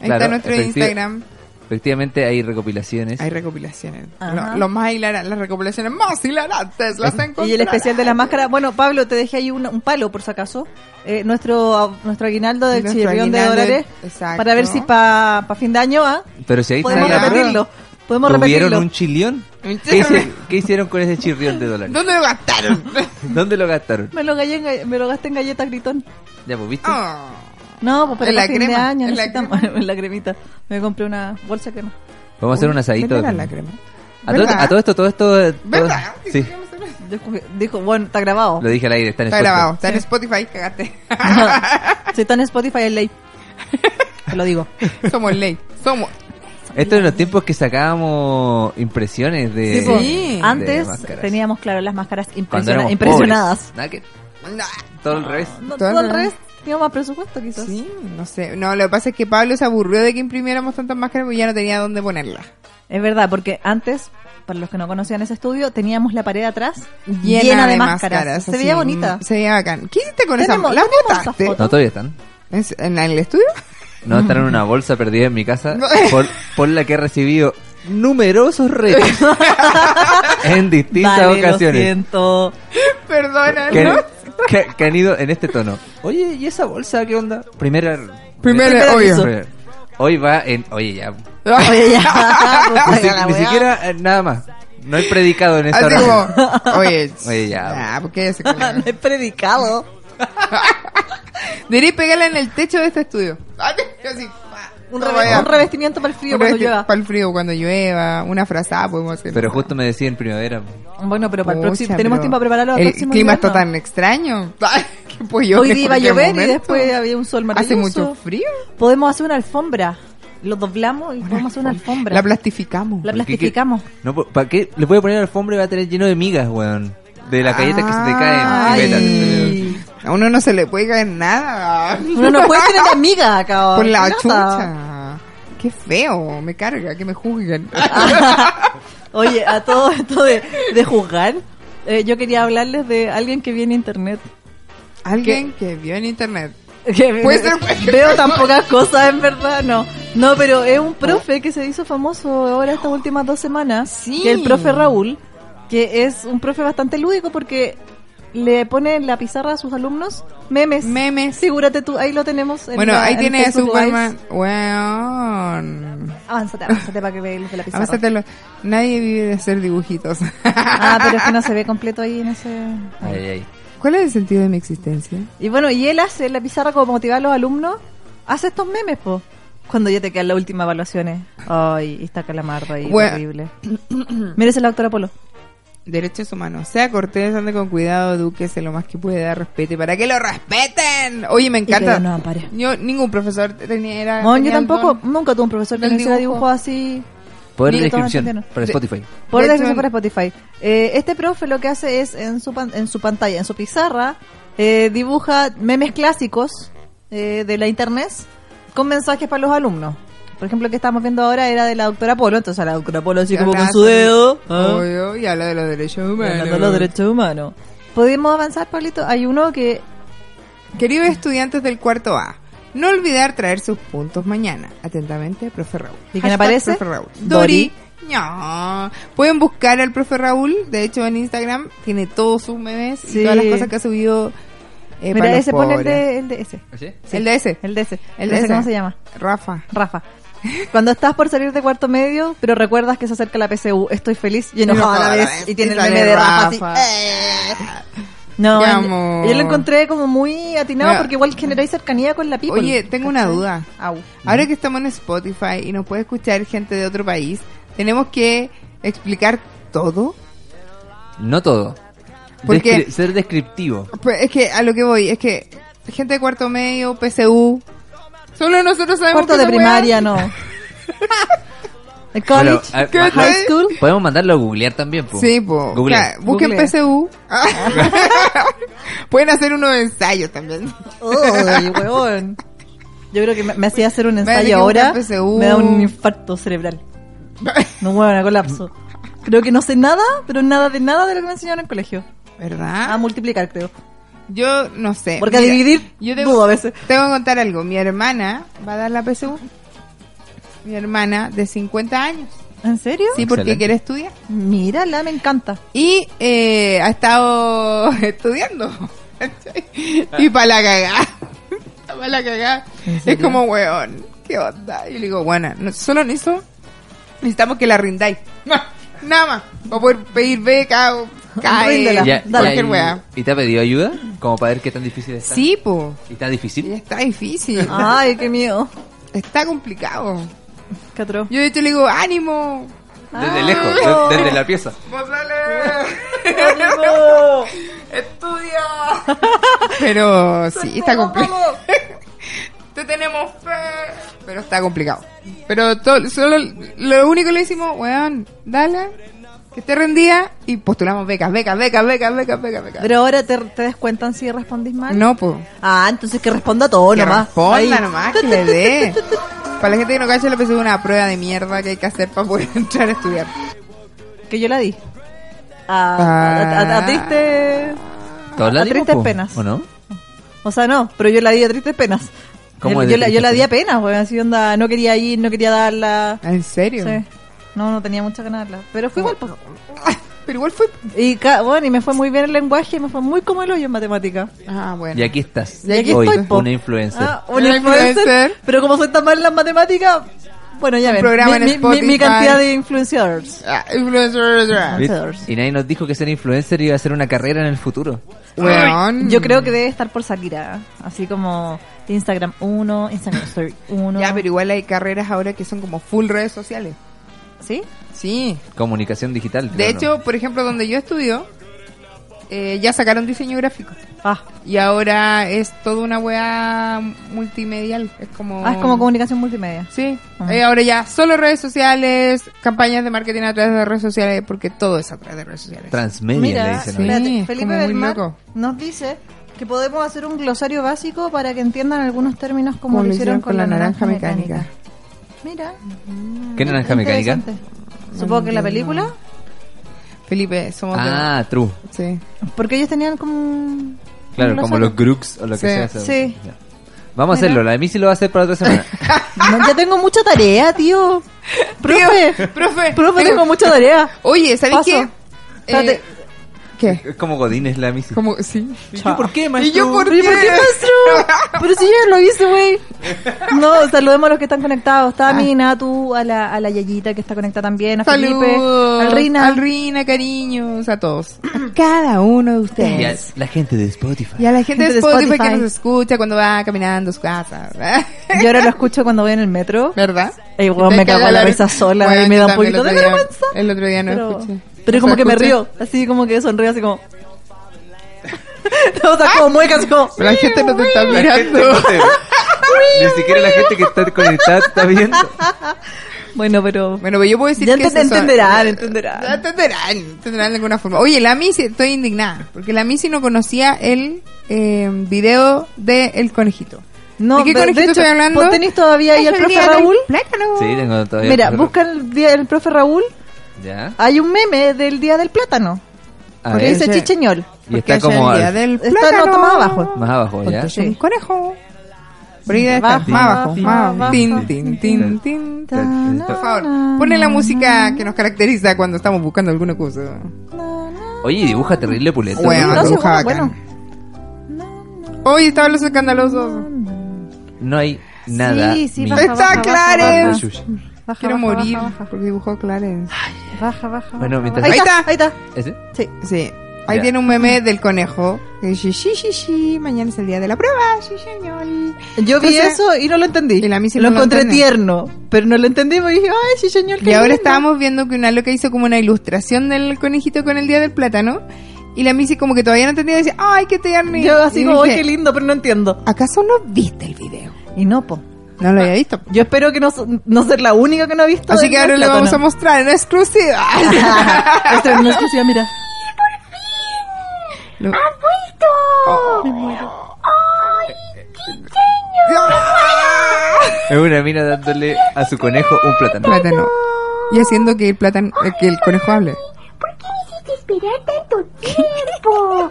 Speaker 3: Ahí
Speaker 5: Claro,
Speaker 3: está nuestro
Speaker 5: efecti-
Speaker 3: Instagram.
Speaker 5: Efectivamente, hay recopilaciones.
Speaker 3: Hay recopilaciones.
Speaker 4: Ajá.
Speaker 3: Lo, lo más hilara- las recopilaciones más hilarantes las encontrarás.
Speaker 4: Y el especial de las máscaras. Bueno, Pablo, te dejé ahí un, un palo, por si acaso. Eh, nuestro, nuestro aguinaldo del
Speaker 3: Nuestro
Speaker 4: chirrión de
Speaker 3: aguinaldo,
Speaker 4: dólares.
Speaker 3: exacto.
Speaker 4: Para ver si para fin de año ¿ah?
Speaker 5: Pero si ahí está
Speaker 4: podemos
Speaker 5: la prueba.
Speaker 4: repetirlo. Podemos
Speaker 5: ¿Tuvieron
Speaker 4: repetirlo.
Speaker 5: un chilión?
Speaker 3: Un
Speaker 5: ¿Qué, hice-
Speaker 3: chirrión.
Speaker 5: qué hicieron con ese chirrión de dólares?
Speaker 3: ¿Dónde lo gastaron?
Speaker 5: ¿Dónde lo gastaron?
Speaker 4: Me, lo gallé en ga- me lo gasté en galletas, gritón.
Speaker 5: Ya, pues, ¿viste?
Speaker 3: Oh.
Speaker 4: No, pues para
Speaker 3: En la
Speaker 4: el fin de
Speaker 3: crema,
Speaker 4: año
Speaker 3: en la
Speaker 4: necesitamos en la cremita. Me compré una bolsa de crema.
Speaker 5: Vamos a hacer un asadito.
Speaker 3: ¿Dónde era
Speaker 5: A
Speaker 3: la crema?
Speaker 5: todo,
Speaker 3: ¿Verdad?
Speaker 5: a todo esto, todo esto... eh, todo-
Speaker 3: ¿Verdad?
Speaker 5: sí,
Speaker 4: Dijo, dijo, bueno, está grabado.
Speaker 5: lo dije al aire, está en
Speaker 3: Está
Speaker 5: Spotify.
Speaker 3: grabado. Está en Spotify, cagate.
Speaker 4: si está en Spotify es ley. Te lo digo.
Speaker 3: Somos ley. Somos.
Speaker 5: Esto en los tiempos que sacábamos impresiones de...
Speaker 3: Sí, po.
Speaker 5: de
Speaker 4: Antes
Speaker 5: máscaras.
Speaker 4: teníamos, claro, las máscaras
Speaker 5: Cuando
Speaker 4: impresiona-
Speaker 5: éramos
Speaker 4: impresionadas.
Speaker 5: pobres. Nada que- Todo al revés.
Speaker 4: No,
Speaker 3: Todo
Speaker 4: todo al
Speaker 3: al
Speaker 4: revés. Tenía más presupuesto quizás.
Speaker 3: Sí, no sé. No, lo que pasa es que Pablo se aburrió de que imprimiéramos tantas máscaras porque ya no tenía dónde ponerlas.
Speaker 4: Es verdad, porque antes, para los que no conocían ese estudio, teníamos la pared atrás
Speaker 3: Llena, de, máscaras.
Speaker 4: Se
Speaker 3: así,
Speaker 4: veía
Speaker 3: mm,
Speaker 4: bonita.
Speaker 3: Se veía bacán. ¿Qué hiciste con esa
Speaker 4: Tenemos-
Speaker 3: ¿La
Speaker 4: tenemos esas
Speaker 3: botaste?
Speaker 4: fotos.
Speaker 5: No, todavía están.
Speaker 3: ¿En, en el estudio?
Speaker 5: No, están en una bolsa perdida en mi casa por, por la que he recibido numerosos retos en distintas
Speaker 4: Vale, lo
Speaker 5: ocasiones.
Speaker 4: siento.
Speaker 3: Perdona,
Speaker 5: Que,
Speaker 3: ¿no?
Speaker 5: que- que han ido en este tono. Oye, ¿y esa bolsa qué onda? Primera.
Speaker 3: Primero,
Speaker 4: Primero
Speaker 3: obvio.
Speaker 4: aviso.
Speaker 5: primera- Hoy va en. Oye, ya.
Speaker 4: Oye,
Speaker 3: Ah,
Speaker 4: ya, pues,
Speaker 5: Ni, si-
Speaker 4: la
Speaker 5: ni
Speaker 4: weá.
Speaker 5: siquiera eh, nada más. No he predicado en esta
Speaker 3: Así
Speaker 5: hora.
Speaker 3: como, oye,
Speaker 5: Oye, ya.
Speaker 3: Ah, ¿por qué se
Speaker 4: No he predicado.
Speaker 3: Debería pegarla en el techo de este estudio. Yo así, pa,
Speaker 4: Un,
Speaker 3: no
Speaker 4: reve-
Speaker 3: vaya.
Speaker 4: un revestimiento para el frío
Speaker 3: Un
Speaker 4: cuando
Speaker 3: revesti-
Speaker 4: llueva.
Speaker 3: Para el frío, cuando llueva. Una frazada podemos hacer.
Speaker 5: Pero justo me decía en primavera.
Speaker 4: Bueno, pero para el
Speaker 3: Pucha,
Speaker 4: próximo. Tenemos
Speaker 3: pero
Speaker 4: tiempo para prepararlo. al
Speaker 3: El
Speaker 4: próximo
Speaker 3: clima
Speaker 4: invierno.
Speaker 3: está tan extraño. que pues
Speaker 4: Hoy día iba a llover y después había un sol maravilloso.
Speaker 3: Hace mucho frío.
Speaker 4: Podemos hacer una alfombra. Lo doblamos y podemos hacer una alfombra.
Speaker 3: La plastificamos.
Speaker 4: La
Speaker 5: ¿por qué- qué-
Speaker 4: plastificamos.
Speaker 5: No, ¿Para qué? Le voy a poner alfombra y va a tener lleno de migas, weón. De las galletas que se te
Speaker 3: Ay.
Speaker 5: caen. Y vetas.
Speaker 3: A uno no se le puede caer nada.
Speaker 4: Uno no puede tener amiga acá.
Speaker 3: Por la
Speaker 4: nada.
Speaker 3: chucha. Qué feo. Me carga que me juzguen.
Speaker 4: Ah, Oye, a todo esto de, de juzgar, eh, yo quería hablarles de alguien que viene internet.
Speaker 3: Alguien que vio en internet.
Speaker 4: Que
Speaker 3: Puede ser, puede ser. Oh.
Speaker 4: Veo tan pocas cosas, en verdad, no. No, pero es un profe que se hizo famoso ahora estas últimas dos semanas.
Speaker 3: Sí.
Speaker 4: Que el profe Raúl, que es un profe bastante lúdico porque le pone en la pizarra a sus alumnos memes.
Speaker 3: Memes.
Speaker 4: Figúrate tú, ahí lo tenemos. en
Speaker 3: Bueno,
Speaker 4: la-
Speaker 3: ahí
Speaker 4: en
Speaker 3: tiene a
Speaker 4: Facebook Live.
Speaker 3: Superman. Weón.
Speaker 4: Avánzate, avánzate para que veas los de la pizarra.
Speaker 3: Avánzatelo. Nadie vive de hacer dibujitos.
Speaker 4: Ah, pero es que no se ve completo ahí en ese...
Speaker 5: Ay, ay, ay.
Speaker 3: ¿Cuál es el sentido de mi existencia?
Speaker 4: Y bueno, y él hace en la pizarra como motivar a los alumnos, hace estos memes, po. Cuando ya te quedan las últimas evaluaciones. Ay, y está calamardo ahí,
Speaker 3: Bueno.
Speaker 4: horrible. Mírese la doctora Polo.
Speaker 3: Derechos humanos. Sea cortés, ande con cuidado, dúquese lo más que pueda, respete. ¡Para que lo respeten! Oye, me
Speaker 4: Y que Dios
Speaker 3: encanta.
Speaker 4: nos ampare.
Speaker 3: Yo, ningún profesor tenía. Era,
Speaker 4: Mon,
Speaker 3: Ah, tenía
Speaker 4: yo
Speaker 3: el
Speaker 4: tampoco,
Speaker 3: don.
Speaker 4: nunca tuve un profesor que
Speaker 3: Del
Speaker 4: me hiciera
Speaker 3: dibujo.
Speaker 4: dibujo así.
Speaker 5: Poder de
Speaker 4: Ni todo
Speaker 5: descripción
Speaker 4: entendieron.
Speaker 5: para
Speaker 3: De-
Speaker 5: Spotify.
Speaker 4: Por
Speaker 3: De
Speaker 4: la
Speaker 3: hecho,
Speaker 4: descripción para Spotify. Eh, este profe lo que hace es en su, pan- en su pantalla, en su pizarra, eh, dibuja memes clásicos eh, de la internet con mensajes para los alumnos. Por ejemplo, el que estamos viendo ahora era de la doctora Polo, entonces a la doctora Polo así como con su
Speaker 3: Abrazo.
Speaker 4: dedo. ¿ah?
Speaker 3: Obvio, y habla de los derechos humanos.
Speaker 4: Violando los derechos humanos. ¿Podemos avanzar, Pablito? Hay uno que...
Speaker 3: Queridos estudiantes del cuarto A, no olvidar traer sus puntos mañana. Atentamente, profe Raúl.
Speaker 4: ¿Y quién aparece?
Speaker 3: Profe Raúl.
Speaker 4: Dori.
Speaker 3: Dori. No. Pueden buscar al profe Raúl, de hecho en Instagram tiene todos sus memes
Speaker 4: Sí.
Speaker 3: y todas las cosas que ha subido. Eh, para
Speaker 4: mira,
Speaker 3: los
Speaker 4: ese pone el
Speaker 3: pobres.
Speaker 4: de, el de ese.
Speaker 5: ¿Sí?
Speaker 3: El de ese.
Speaker 4: El de ese.
Speaker 3: El
Speaker 4: No
Speaker 3: de
Speaker 4: sé
Speaker 3: ese.
Speaker 4: ¿Cómo se llama?
Speaker 3: Rafa.
Speaker 4: Rafa. Cuando estás por salir de cuarto medio, pero recuerdas que se acerca la PCU, estoy feliz y enojada a la
Speaker 3: ¿eh?
Speaker 4: vez. Y tiene el
Speaker 3: sale
Speaker 4: meme de Rafa, así. "Eh". No,
Speaker 3: Qué
Speaker 4: en-
Speaker 3: amor.
Speaker 4: yo lo encontré como muy atinado
Speaker 3: Mira.
Speaker 4: porque igual generáis cercanía con la people.
Speaker 3: Oye, tengo una
Speaker 4: ¿cachai?
Speaker 3: duda.
Speaker 4: Au.
Speaker 3: Ahora que estamos en Spotify y nos puede escuchar gente de otro país, tenemos que explicar todo.
Speaker 5: No todo.
Speaker 3: ¿Por qué?
Speaker 5: Descri- Ser descriptivo.
Speaker 3: Pues es que a lo que voy, es que gente de cuarto medio, PCU, solo nosotros sabemos
Speaker 4: Cuarto
Speaker 3: que
Speaker 4: de
Speaker 3: esa
Speaker 4: primaria,
Speaker 3: weá-
Speaker 4: no. El college,
Speaker 5: Bueno, a-
Speaker 3: ¿Qué
Speaker 5: ma-
Speaker 3: tal?
Speaker 4: high school.
Speaker 5: Podemos mandarlo a googlear también, po.
Speaker 3: Sí, po.
Speaker 5: Googlea.
Speaker 3: Claro, busquen
Speaker 4: Googlea.
Speaker 3: PCU. Ah. Pueden hacer unos ensayos también.
Speaker 4: Uy, huevón. Yo creo que me, me hacía hacer un
Speaker 3: Me hace
Speaker 4: ensayo
Speaker 3: que
Speaker 4: ahora.
Speaker 3: buscar PSU.
Speaker 4: Me da un infarto cerebral. No huevona, colapso. Creo que no sé nada, pero nada de nada de lo que me enseñaron en el colegio. A
Speaker 3: ¿Verdad?
Speaker 4: multiplicar, creo.
Speaker 3: Yo no sé.
Speaker 4: Porque a
Speaker 3: Mira,
Speaker 4: dividir,
Speaker 3: yo tengo,
Speaker 4: dudo a veces.
Speaker 3: Tengo que contar algo. Mi hermana va a dar la PCU. Mi hermana de 50 años.
Speaker 4: ¿En serio?
Speaker 3: Sí, porque
Speaker 5: Excelente.
Speaker 3: quiere estudiar.
Speaker 4: Mírala, me encanta.
Speaker 3: Y eh, ha estado estudiando. y para la cagada. Para la cagada.
Speaker 4: ¿En
Speaker 3: Es
Speaker 4: serio?
Speaker 3: como, weón, ¿qué onda? Y le digo, bueno, no- solo en eso necesitamos que la rindáis. Nada más. Para poder pedir beca o cae,
Speaker 4: Ríndela.
Speaker 5: Ya-
Speaker 4: Dale.
Speaker 5: ya-
Speaker 3: cualquier weá.
Speaker 5: y, y te ha pedido ayuda? Como para ver qué tan difícil está.
Speaker 3: Sí, po.
Speaker 5: ¿Y está difícil?
Speaker 3: Y está difícil.
Speaker 4: Ay, qué miedo.
Speaker 3: Está complicado.
Speaker 4: Qué atroz.
Speaker 3: Yo de hecho le digo, ánimo.
Speaker 5: Desde lejos, de- desde la pieza.
Speaker 3: Vos dale. Estudia. Pero sí, está complicado. Te tenemos fe. Pero está complicado. Pero to- solo lo único que le hicimos, weón, dale. que esté rendida y postulamos becas, becas, becas, becas, becas, becas, becas.
Speaker 4: Pero ahora te, te descuentan si respondís mal.
Speaker 3: no, pues.
Speaker 4: Ah, entonces que responda todo
Speaker 3: que
Speaker 4: nomás.
Speaker 3: responda
Speaker 4: Ahí.
Speaker 3: nomás, que le dé. Para la gente que no cacha, lo que es una prueba de mierda que hay que hacer para poder entrar a estudiar.
Speaker 4: Que yo la di. A, a- a- a triste.
Speaker 5: ¿Todos
Speaker 4: a
Speaker 5: la dimos,
Speaker 4: tristes
Speaker 5: po?
Speaker 4: penas.
Speaker 5: ¿O no?
Speaker 4: O sea, no, pero yo la di a tristes penas.
Speaker 5: ¿Cómo
Speaker 4: yo,
Speaker 5: es de
Speaker 4: yo la, yo la di a
Speaker 5: tristes
Speaker 4: penas, weón. Así onda, no quería ir, no quería darla.
Speaker 3: ¿Ah, ¿En serio?
Speaker 4: Sí. No, no tenía mucha ganas de darla. Pero fue igual. po.
Speaker 3: Pero igual fue.
Speaker 4: Y, ca- bueno, y me fue muy bien el lenguaje, me fue muy como el hoyo en matemática.
Speaker 3: Ah, bueno.
Speaker 5: Y aquí estás.
Speaker 3: Y aquí
Speaker 5: Hoy,
Speaker 4: estoy, po.
Speaker 5: una influencer.
Speaker 4: Ah, un
Speaker 3: Una
Speaker 4: influencer.
Speaker 3: influencer.
Speaker 4: Pero como soy tan mal en las matemáticas, bueno, ya
Speaker 3: Un
Speaker 4: ven.
Speaker 3: programa
Speaker 4: mi,
Speaker 3: en
Speaker 4: mi- mi-
Speaker 3: Spotify.
Speaker 4: mi cantidad de influencers.
Speaker 3: Ah, influencer.
Speaker 5: ¿Viste?
Speaker 4: influencers.
Speaker 5: Y nadie nos dijo que ser influencer iba a ser una carrera en el futuro.
Speaker 3: Weón.
Speaker 4: Yo creo que debe estar por salir, ah, así como Instagram 1, Instagram Story 1.
Speaker 3: Ya, pero igual hay carreras ahora que son como full redes sociales.
Speaker 4: ¿Sí?
Speaker 3: Sí.
Speaker 5: Comunicación digital.
Speaker 3: De
Speaker 5: claro.
Speaker 3: hecho, por ejemplo, donde yo estudio, eh, ya sacaron diseño gráfico.
Speaker 4: Ah,
Speaker 3: Y ahora es toda una weá multimedial. Es como.
Speaker 4: ah, es como comunicación multimedia.
Speaker 3: Sí.
Speaker 4: Ah.
Speaker 3: Eh, ahora ya, solo redes sociales, campañas de marketing a través de redes sociales, porque todo es a través de redes sociales.
Speaker 5: Transmedia le
Speaker 4: Mira,
Speaker 5: dicen.
Speaker 3: sí.
Speaker 5: hoy.
Speaker 4: espérate,
Speaker 3: es
Speaker 4: Felipe
Speaker 3: como muy
Speaker 4: Belmar
Speaker 3: loco.
Speaker 4: nos dice que podemos hacer un glosario básico para que entiendan algunos términos como, lo hicieron con, la naranja, mecánica. Mira.
Speaker 5: ¿Qué naranja mecánica?
Speaker 4: interesante. Supongo que la película,
Speaker 3: Felipe, somos
Speaker 5: Ah, true.
Speaker 3: de. Sí.
Speaker 4: porque ellos tenían como un un
Speaker 5: Claro, como los
Speaker 4: glosario.
Speaker 5: Grux o lo
Speaker 3: Sí.
Speaker 5: que sea.
Speaker 4: Sí.
Speaker 5: Ya. Vamos
Speaker 4: Mira.
Speaker 5: a hacerlo. La de mí sí lo va a hacer para otra semana.
Speaker 4: No, ya tengo mucha tarea, tío. Profe,
Speaker 3: Profe,
Speaker 4: profe,
Speaker 3: tengo-
Speaker 4: tengo mucha tarea.
Speaker 3: Oye, ¿sabéis
Speaker 4: Paso.
Speaker 3: qué?
Speaker 4: Espérate.
Speaker 3: Eh, ¿Qué?
Speaker 5: es como Godín es la mí. sí.
Speaker 3: Como, sí.
Speaker 5: ¿Y yo por qué,
Speaker 3: ¿Y yo
Speaker 5: maestro?
Speaker 3: por
Speaker 4: Oye,
Speaker 3: qué?
Speaker 4: ¿por qué, maestro? Pero si yo ya lo hice, güey. No, saludemos a los que están conectados.
Speaker 3: Ah.
Speaker 4: Está a mí, Natu, a la, a la Yayita que está conectada también, a Felipe,
Speaker 3: Saludos.
Speaker 4: al Rina.
Speaker 3: Al Rina, cariños, a todos. A cada uno de
Speaker 5: Y a
Speaker 3: ustedes.
Speaker 5: la gente de Spotify.
Speaker 3: Y a la gente de
Speaker 4: Gente de
Speaker 3: Spotify, que
Speaker 4: Spotify.
Speaker 3: nos escucha cuando va caminando a su casa. ¿verdad?
Speaker 4: Yo ahora lo escucho cuando voy en el metro.
Speaker 3: ¿Verdad?
Speaker 4: Ey, weón,
Speaker 3: Te
Speaker 4: me cago
Speaker 3: caga
Speaker 4: en la risa sola
Speaker 3: Bueno,
Speaker 4: y me
Speaker 3: yo
Speaker 4: da un
Speaker 3: también
Speaker 4: poquito de
Speaker 3: el otro día-
Speaker 4: vergüenza.
Speaker 3: El otro día no
Speaker 4: Pero,
Speaker 3: escuché.
Speaker 4: pero
Speaker 3: O
Speaker 4: como
Speaker 3: sea,
Speaker 4: que me
Speaker 3: escuché.
Speaker 4: río, así como que sonrío, así como. o sea, como muecas, como.
Speaker 3: Pero la gente no te está
Speaker 5: La gente
Speaker 3: mirando.
Speaker 5: no te ve. Ni siquiera la gente que está conectada te está viendo.
Speaker 4: Bueno, pero.
Speaker 3: Bueno, pero yo puedo decir
Speaker 4: Ya
Speaker 3: que
Speaker 4: enten-
Speaker 3: esos son-
Speaker 4: entenderán, entenderán.
Speaker 3: Ya entenderán, entenderán de alguna forma. Oye, la Missy, estoy indignada, porque la Missy no conocía el eh, video de El Conejito.
Speaker 4: No,
Speaker 3: ¿De qué
Speaker 4: pero,
Speaker 3: conejito
Speaker 4: de hecho,
Speaker 3: estoy hablando?
Speaker 4: ¿vos tenés todavía ahí
Speaker 3: Es
Speaker 4: al profe
Speaker 3: día del
Speaker 4: Raúl?
Speaker 3: Plátano.
Speaker 5: Sí, tengo todavía.
Speaker 4: Mira, busca el día del profe Raúl.
Speaker 5: Ya.
Speaker 4: Hay un meme del día del plátano.
Speaker 5: A
Speaker 4: porque
Speaker 5: ver.
Speaker 4: dice
Speaker 3: Che.
Speaker 4: chicheñol.
Speaker 5: Y
Speaker 3: Porque
Speaker 5: está
Speaker 3: es
Speaker 5: como
Speaker 3: el día
Speaker 5: al-
Speaker 3: del
Speaker 4: Está
Speaker 3: plátano.
Speaker 4: no, más abajo.
Speaker 5: más abajo, ¿ya?
Speaker 3: Porque soy un
Speaker 4: Sí.
Speaker 3: conejo. Por ahí debe estar.
Speaker 4: Baja,
Speaker 3: Más abajo,
Speaker 4: baja,
Speaker 3: más abajo.
Speaker 4: baja.
Speaker 3: Tin, tin, tin, tin.
Speaker 5: Ta- ta-
Speaker 3: Por favor, ponle la música que nos caracteriza cuando estamos buscando alguna cosa.
Speaker 5: Oye, dibuja terrible puleto.
Speaker 3: Bueno,
Speaker 4: no, sí,
Speaker 3: dibuja
Speaker 4: bueno,
Speaker 3: bacán. Hoy estaban los escandalosos.
Speaker 5: No hay nada.
Speaker 4: Sí, sí,
Speaker 5: mío.
Speaker 4: baja,
Speaker 3: Está
Speaker 4: baja,
Speaker 3: Clarence.
Speaker 5: Baja, baja.
Speaker 4: Baja,
Speaker 3: Quiero
Speaker 4: baja,
Speaker 3: morir
Speaker 4: Baja,
Speaker 3: porque dibujó Clarence.
Speaker 4: baja, baja.
Speaker 5: Bueno,
Speaker 4: baja,
Speaker 5: mientras-
Speaker 4: baja.
Speaker 3: Ahí
Speaker 4: Ahí
Speaker 3: está.
Speaker 4: está, ahí está.
Speaker 5: ¿Ese?
Speaker 4: Sí.
Speaker 3: Sí. Ahí
Speaker 5: Ya.
Speaker 3: tiene un meme del conejo. Que dice, sí, sí, sí, mañana es el día de la prueba. Sí, señor.
Speaker 4: Yo vi
Speaker 3: Entonces-
Speaker 4: eso y no lo entendí.
Speaker 3: Y la misi
Speaker 4: lo
Speaker 3: no lo
Speaker 4: encontré
Speaker 3: entiende.
Speaker 4: tierno, pero no lo entendí porque dije, ay, sí, señor. qué
Speaker 3: Y ahora
Speaker 4: lindo".
Speaker 3: estábamos viendo que una loca hizo como una ilustración del conejito con el día del plátano. Y la Missy como que todavía no entendía. Decía, ay, qué tierno.
Speaker 4: Yo así
Speaker 3: Y
Speaker 4: como, ay,
Speaker 3: dije,
Speaker 4: qué lindo, pero no entiendo.
Speaker 3: ¿Acaso no viste el video?
Speaker 4: Y no, po.
Speaker 3: No lo había visto.
Speaker 4: Yo espero que no, so- no ser la única que no ha visto.
Speaker 3: Así
Speaker 4: Ah. el
Speaker 3: que ahora le
Speaker 4: plátano.
Speaker 3: vamos a mostrar en exclusiva.
Speaker 4: Esto es una exclusiva, mira.
Speaker 3: Lo-
Speaker 4: Oh.
Speaker 5: Es una mina dándole a su conejo un plátano.
Speaker 3: plátano. Y haciendo que el plátano, eh, que el conejo hable.
Speaker 6: ¿Por qué me hiciste esperar tanto tiempo?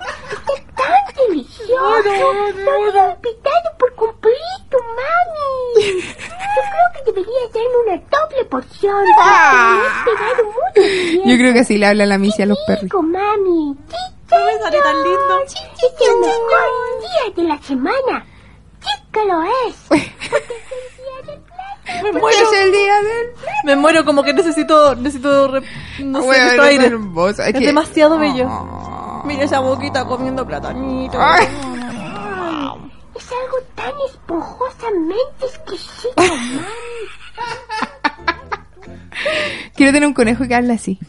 Speaker 6: Estás tan delicioso. Estás hospitado por completo, mami. Yo creo que debería darme una doble porción.
Speaker 4: Ah.
Speaker 6: Porque me he esperado mucho tiempo.
Speaker 3: Yo creo que así le habla la misi a los perros.
Speaker 6: Chico, mami.
Speaker 4: me sale tan lindo.
Speaker 6: Este es el mejor día de la semana. Sí que lo es.
Speaker 4: Me
Speaker 3: Porque
Speaker 4: muero,
Speaker 3: es el día del
Speaker 4: me muero como que necesito, necesito, re- no sé,
Speaker 3: Bueno,
Speaker 4: necesito
Speaker 3: es
Speaker 4: aire.
Speaker 3: hermoso. Es
Speaker 4: Es
Speaker 3: que- Ah.
Speaker 4: demasiado bello. Mira esa boquita comiendo platanito.
Speaker 3: Ay.
Speaker 6: Es algo tan esponjosamente exquisito, mami.
Speaker 3: Quiero tener un conejo que hable así.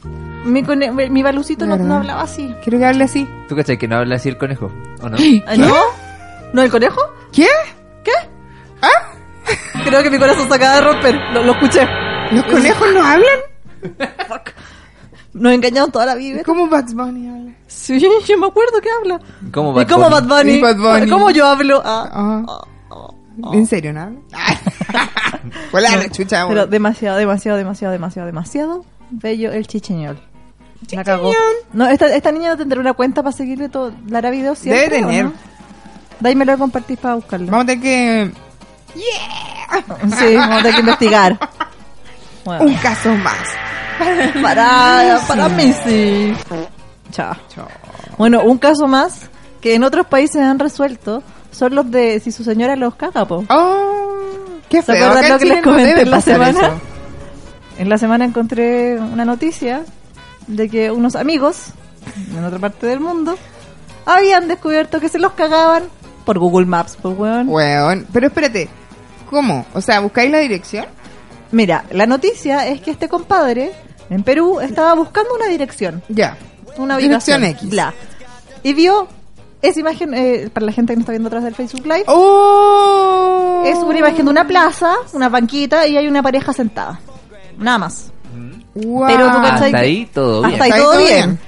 Speaker 4: Mi, cone- mi balucito no,
Speaker 3: ¿Verdad?
Speaker 4: no hablaba así.
Speaker 3: Quiero que hable así.
Speaker 5: ¿Tú cachai que no habla así el conejo? ¿O no?
Speaker 4: Ah, ¿No? ¿No el conejo?
Speaker 3: ¿Qué?
Speaker 4: ¿Qué?
Speaker 3: ¿Ah?
Speaker 4: Creo que mi corazón se acaba de romper. Lo, lo escuché.
Speaker 3: ¿Los conejos no hablan?
Speaker 4: Nos engañaron toda la vida.
Speaker 3: ¿Cómo Bugs Bunny habla?
Speaker 4: Sí, yo me acuerdo que habla.
Speaker 5: ¿Cómo
Speaker 4: ¿Y cómo Bad Bunny?
Speaker 3: Y Bad Bunny.
Speaker 4: ¿Cómo yo hablo? Ah,
Speaker 3: Ajá.
Speaker 4: ah, ah.
Speaker 3: ¿En serio, no habla? Fue la rechucha, güey.
Speaker 4: Pero demasiado, demasiado, demasiado, demasiado, demasiado bello el chicheñol. La cagó. No, esta, esta niña no tendrá una cuenta para seguirle todo. ¿La hará video siempre?
Speaker 3: Debe
Speaker 4: o
Speaker 3: tener.
Speaker 4: no? De ahí me lo compartís para buscarlo.
Speaker 3: Vamos a tener que...
Speaker 4: Sí, vamos a tener que investigar.
Speaker 3: Un
Speaker 4: Bueno,
Speaker 3: caso más.
Speaker 4: para, para mí sí. Chao.
Speaker 3: Chao.
Speaker 4: Bueno, un caso más que en otros países han resuelto son los de si su señora los caga, po.
Speaker 3: Oh, qué
Speaker 4: ¿Se
Speaker 3: feo.
Speaker 4: acuerdan
Speaker 3: Acá en
Speaker 4: lo que
Speaker 3: Chile
Speaker 4: les
Speaker 3: no
Speaker 4: comenté
Speaker 3: debe
Speaker 4: la
Speaker 3: pasar
Speaker 4: semana?
Speaker 3: eso.
Speaker 4: En la semana encontré una noticia de que unos amigos en otra parte del mundo habían descubierto que se los cagaban por Google Maps, pues weón.
Speaker 3: Weón. Pero espérate. ¿Cómo? O sea, ¿buscáis la dirección?
Speaker 4: Mira, la noticia es que este compadre en Perú estaba buscando una dirección,
Speaker 3: Ya.
Speaker 4: una
Speaker 3: Dirección
Speaker 4: ubicación,
Speaker 3: X.
Speaker 4: bla, y vio esa imagen eh, para la gente que no está viendo atrás del Facebook Live.
Speaker 3: ¡Oh!
Speaker 4: Es una imagen de una plaza, una banquita y hay una pareja sentada. Nada más.
Speaker 3: Wow.
Speaker 4: Pero tú
Speaker 5: Hasta
Speaker 4: cachai-
Speaker 5: ahí todo bien.
Speaker 4: Hasta ahí todo bien.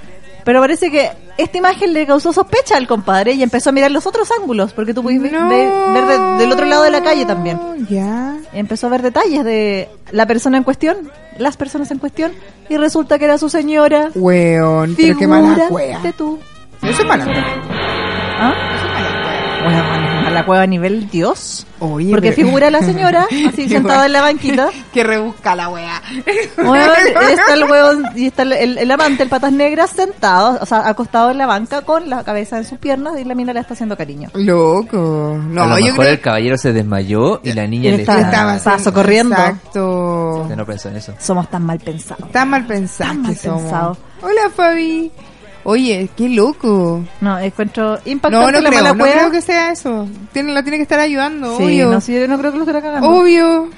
Speaker 4: Pero parece que esta imagen le causó sospecha al compadre y empezó a mirar los otros ángulos, porque tú pudiste
Speaker 3: No.
Speaker 4: ver de- del otro lado de la calle también.
Speaker 3: Ya.
Speaker 4: Empezó a ver detalles de la persona en cuestión, las personas en cuestión, y resulta que era su señora.
Speaker 3: Weón. Pero qué mala cueva.
Speaker 4: Figúrate tú.
Speaker 3: Eso es mala cueva.
Speaker 4: ¿Ah?
Speaker 3: Eso es mala
Speaker 4: Bueno, bueno, a la cueva a nivel Dios.
Speaker 3: cueva. Oye,
Speaker 4: porque
Speaker 3: pero-
Speaker 4: figura la señora, así
Speaker 3: Qué
Speaker 4: sentada
Speaker 3: guay.
Speaker 4: en la banquita.
Speaker 3: que rebusca la weá.
Speaker 4: Bueno, y está el huevón y está el, el- el amante, el patas negras, sentado, o sea, acostado en la banca con la cabeza en sus piernas y la mina le está haciendo cariño.
Speaker 3: Loco. No,
Speaker 5: a lo
Speaker 3: yo
Speaker 5: mejor
Speaker 3: creo
Speaker 5: el caballero se desmayó y la niña
Speaker 4: Y
Speaker 5: le
Speaker 4: estaba-
Speaker 5: estaba...
Speaker 4: estaba socorriendo.
Speaker 3: Exacto.
Speaker 5: No pensó en eso.
Speaker 4: Somos tan mal pensados.
Speaker 3: Tan mal pensado
Speaker 4: Tan mal
Speaker 3: que somos.
Speaker 4: pensado.
Speaker 3: Hola, Fabi. Oye, qué loco.
Speaker 4: No, encuentro
Speaker 3: No,
Speaker 4: impactante
Speaker 3: no
Speaker 4: la
Speaker 3: creo,
Speaker 4: mala
Speaker 3: no
Speaker 4: cueva.
Speaker 3: creo que sea eso. Tiene, la tiene que estar ayudando,
Speaker 4: Sí,
Speaker 3: obvio.
Speaker 4: no, sí, yo no creo que lo estuviera cagando.
Speaker 3: Obvio.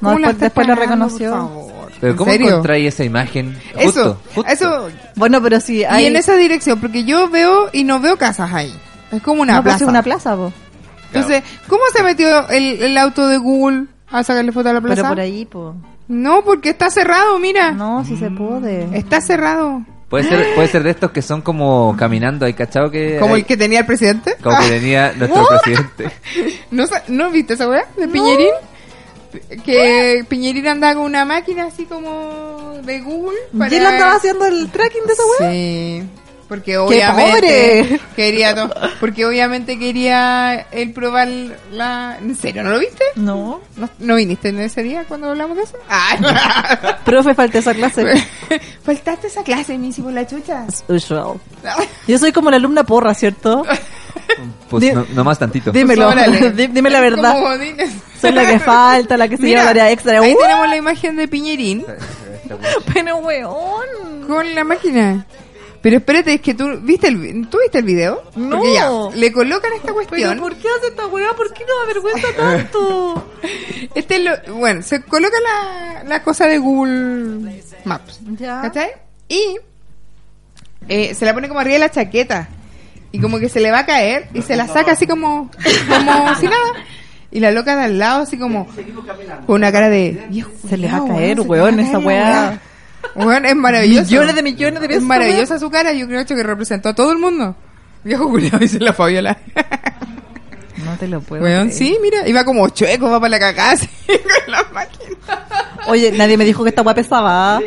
Speaker 4: No,
Speaker 3: ¿Cómo la
Speaker 4: después-
Speaker 3: estás
Speaker 4: después la
Speaker 3: cagando,
Speaker 4: reconoció.
Speaker 3: por favor?
Speaker 5: Pero
Speaker 3: ¿En
Speaker 5: ¿cómo
Speaker 3: serio?
Speaker 5: encontráis esa imagen?
Speaker 3: Eso,
Speaker 5: Justo, justo.
Speaker 3: eso.
Speaker 4: Bueno, pero sí, hay...
Speaker 3: Y en esa dirección, porque yo veo y no veo casas ahí. Es como una
Speaker 4: no, pues, sí,
Speaker 3: plaza.
Speaker 4: una plaza, po.
Speaker 3: Entonces, ¿cómo se metió el, el auto de Google a sacarle foto a la plaza?
Speaker 4: Pero por ahí, po.
Speaker 3: No, porque está cerrado, mira.
Speaker 4: No, si se puede.
Speaker 3: Está cerrado.
Speaker 5: Puede ser, puede ser de estos que son como caminando, ¿hay cachado que...?
Speaker 3: Como
Speaker 5: hay-
Speaker 3: el que ¡Ah! tenía el presidente.
Speaker 5: Como que tenía nuestro presidente.
Speaker 3: ¿No, sa- ¿No viste esa weá de Piñerín? Que Piñerín andaba con una máquina así como de Google.
Speaker 4: Y él andaba haciendo el tracking de esa weá.
Speaker 3: Sí. Porque obviamente
Speaker 4: pobre!
Speaker 3: quería to- porque obviamente quería él probar la ¿En serio no lo viste?
Speaker 4: No.
Speaker 3: ¿No, no viniste en ese día cuando hablamos de eso? Ay.
Speaker 4: Ah, Profe, falté esa clase.
Speaker 3: Faltaste esa clase, me hicimos la chucha.
Speaker 4: As usual. Yo soy como la alumna porra, ¿cierto? Di-
Speaker 5: Pues no, nomás tantito.
Speaker 4: Dímelo.
Speaker 3: Órale.
Speaker 4: Di- Dime la
Speaker 3: Es
Speaker 4: verdad.
Speaker 3: como Godines.
Speaker 4: Soy la que falta, la que se lleva
Speaker 3: Mira,
Speaker 4: la área extra.
Speaker 3: Ahí
Speaker 4: ¡Uh!
Speaker 3: tenemos la imagen de Piñerín.
Speaker 4: Pero weón.
Speaker 3: Con la máquina. Pero espérate, es que tú viste el, vi- ¿tú viste el video.
Speaker 4: No.
Speaker 3: Porque ya, le colocan esta
Speaker 4: Pero
Speaker 3: cuestión.
Speaker 4: ¿por qué hace esta weá? ¿Por qué nos avergüenza tanto?
Speaker 3: Este es lo- bueno, se coloca la, la cosa de Google Maps.
Speaker 4: Ya.
Speaker 3: ¿Cachai? Y eh, se la pone como arriba de la chaqueta. Y como que se le va a caer y se la saca así como, como si nada. Y la loca de al lado así como con una cara de... "Viejo
Speaker 4: Se le va a
Speaker 3: culiao,
Speaker 4: caer,
Speaker 3: se le
Speaker 4: weón,
Speaker 3: va a
Speaker 4: esa
Speaker 3: caer la
Speaker 4: weá".
Speaker 3: weá. Weón, es maravilloso.
Speaker 4: Millones de millones de
Speaker 3: Es
Speaker 4: pesos,
Speaker 3: maravillosa su cara, yo creo que representó a todo el mundo. Viejo culiao, dice la Fabiola.
Speaker 4: No te lo puedo.
Speaker 3: Weón,
Speaker 4: creer.
Speaker 3: sí, mira, iba como chueco, va para la cagada así, con la máquina.
Speaker 4: Oye, nadie me dijo que esta weá pesaba. ¿ah?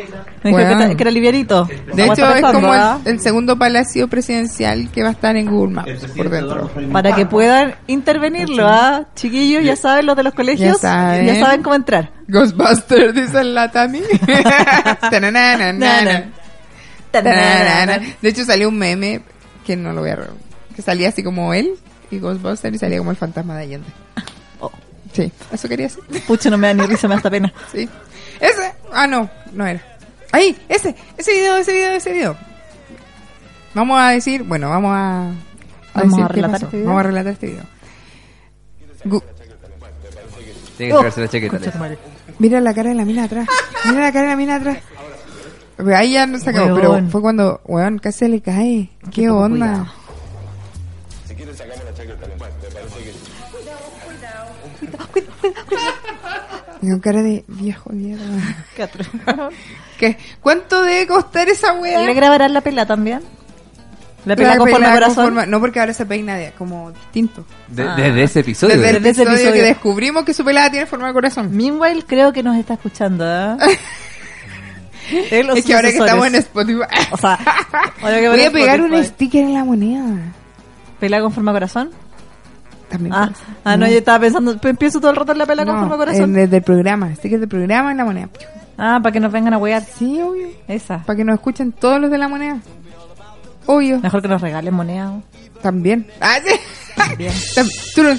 Speaker 4: Me dijo
Speaker 3: Weón.
Speaker 4: que, esta- que era livianito.
Speaker 3: De
Speaker 4: Esta weá
Speaker 3: hecho,
Speaker 4: está
Speaker 3: es
Speaker 4: pesando,
Speaker 3: como
Speaker 4: ¿ah?
Speaker 3: el, el segundo palacio presidencial que va a estar en Google Maps por dentro.
Speaker 4: Para que puedan intervenirlo, ¿ah? Chiquillos, ya saben los de los colegios.
Speaker 3: saben.
Speaker 4: ya saben cómo entrar.
Speaker 3: Ghostbusters, dice la Tami. Tananana. Tananana. De hecho, salió un meme que no lo voy a. re- que salía así como él y Ghostbusters y salía como el fantasma de Allende.
Speaker 4: Oh.
Speaker 3: Sí, eso quería decir.
Speaker 4: Pucha, no me da ni risa, me da hasta pena.
Speaker 3: Sí. Ese. Ah, no, no era. Ahí, ese, ese video, ese video, ese video. Vamos a decir, bueno, vamos a.
Speaker 4: Vamos
Speaker 3: decir
Speaker 4: a
Speaker 3: qué
Speaker 4: relatar
Speaker 3: pasó.
Speaker 4: este video.
Speaker 3: Vamos a relatar este video. Gu-
Speaker 5: Tiene que
Speaker 3: oh,
Speaker 5: sacarse la chaqueta.
Speaker 4: Concha tu madre.
Speaker 3: Mira la cara de la mina atrás. Mira la cara de la mina atrás. Pero Ahí ya no se acabó,
Speaker 4: Huevón.
Speaker 3: pero fue cuando, weón, casi se le cae. ¿Qué onda? Tengo cara de viejo mierda.
Speaker 4: Cuatro.
Speaker 3: ¿Qué? ¿Cuánto debe costar esa wea?
Speaker 4: ¿Le grabarán la pela también? ¿La pela conforme
Speaker 3: pela
Speaker 4: corazón?
Speaker 3: conforme- No, porque ahora se peina de, como distinto.
Speaker 5: De-
Speaker 4: Ah.
Speaker 5: Desde ese episodio.
Speaker 3: Desde, el
Speaker 4: desde ese
Speaker 3: episodio, que
Speaker 4: episodio.
Speaker 3: descubrimos que su pelada tiene forma de corazón.
Speaker 4: Meanwhile creo que nos está escuchando. ¿ah? Él o
Speaker 3: Es
Speaker 4: sus
Speaker 3: que ahora que
Speaker 4: asesores.
Speaker 3: estamos en Spotify.
Speaker 4: O sea, ahora que
Speaker 3: voy
Speaker 4: vemos
Speaker 3: a pegar un
Speaker 4: Spotify.
Speaker 3: sticker en la moneda.
Speaker 4: ¿Pela con forma corazón?
Speaker 3: También.
Speaker 4: Ah,
Speaker 3: parece.
Speaker 4: ah, no, yo estaba pensando, pe- empiezo todo el rato en la pela con
Speaker 3: No,
Speaker 4: forma
Speaker 3: en
Speaker 4: corazón.
Speaker 3: el del programa. Sticker del programa en la moneda.
Speaker 4: Ah, para que nos vengan a huear.
Speaker 3: Sí, obvio.
Speaker 4: Esa.
Speaker 3: Para que nos escuchen todos los de la moneda. Obvio.
Speaker 4: Mejor que nos regalen moneda.
Speaker 3: También. Ah, sí.
Speaker 4: También.
Speaker 3: Tam- tú no-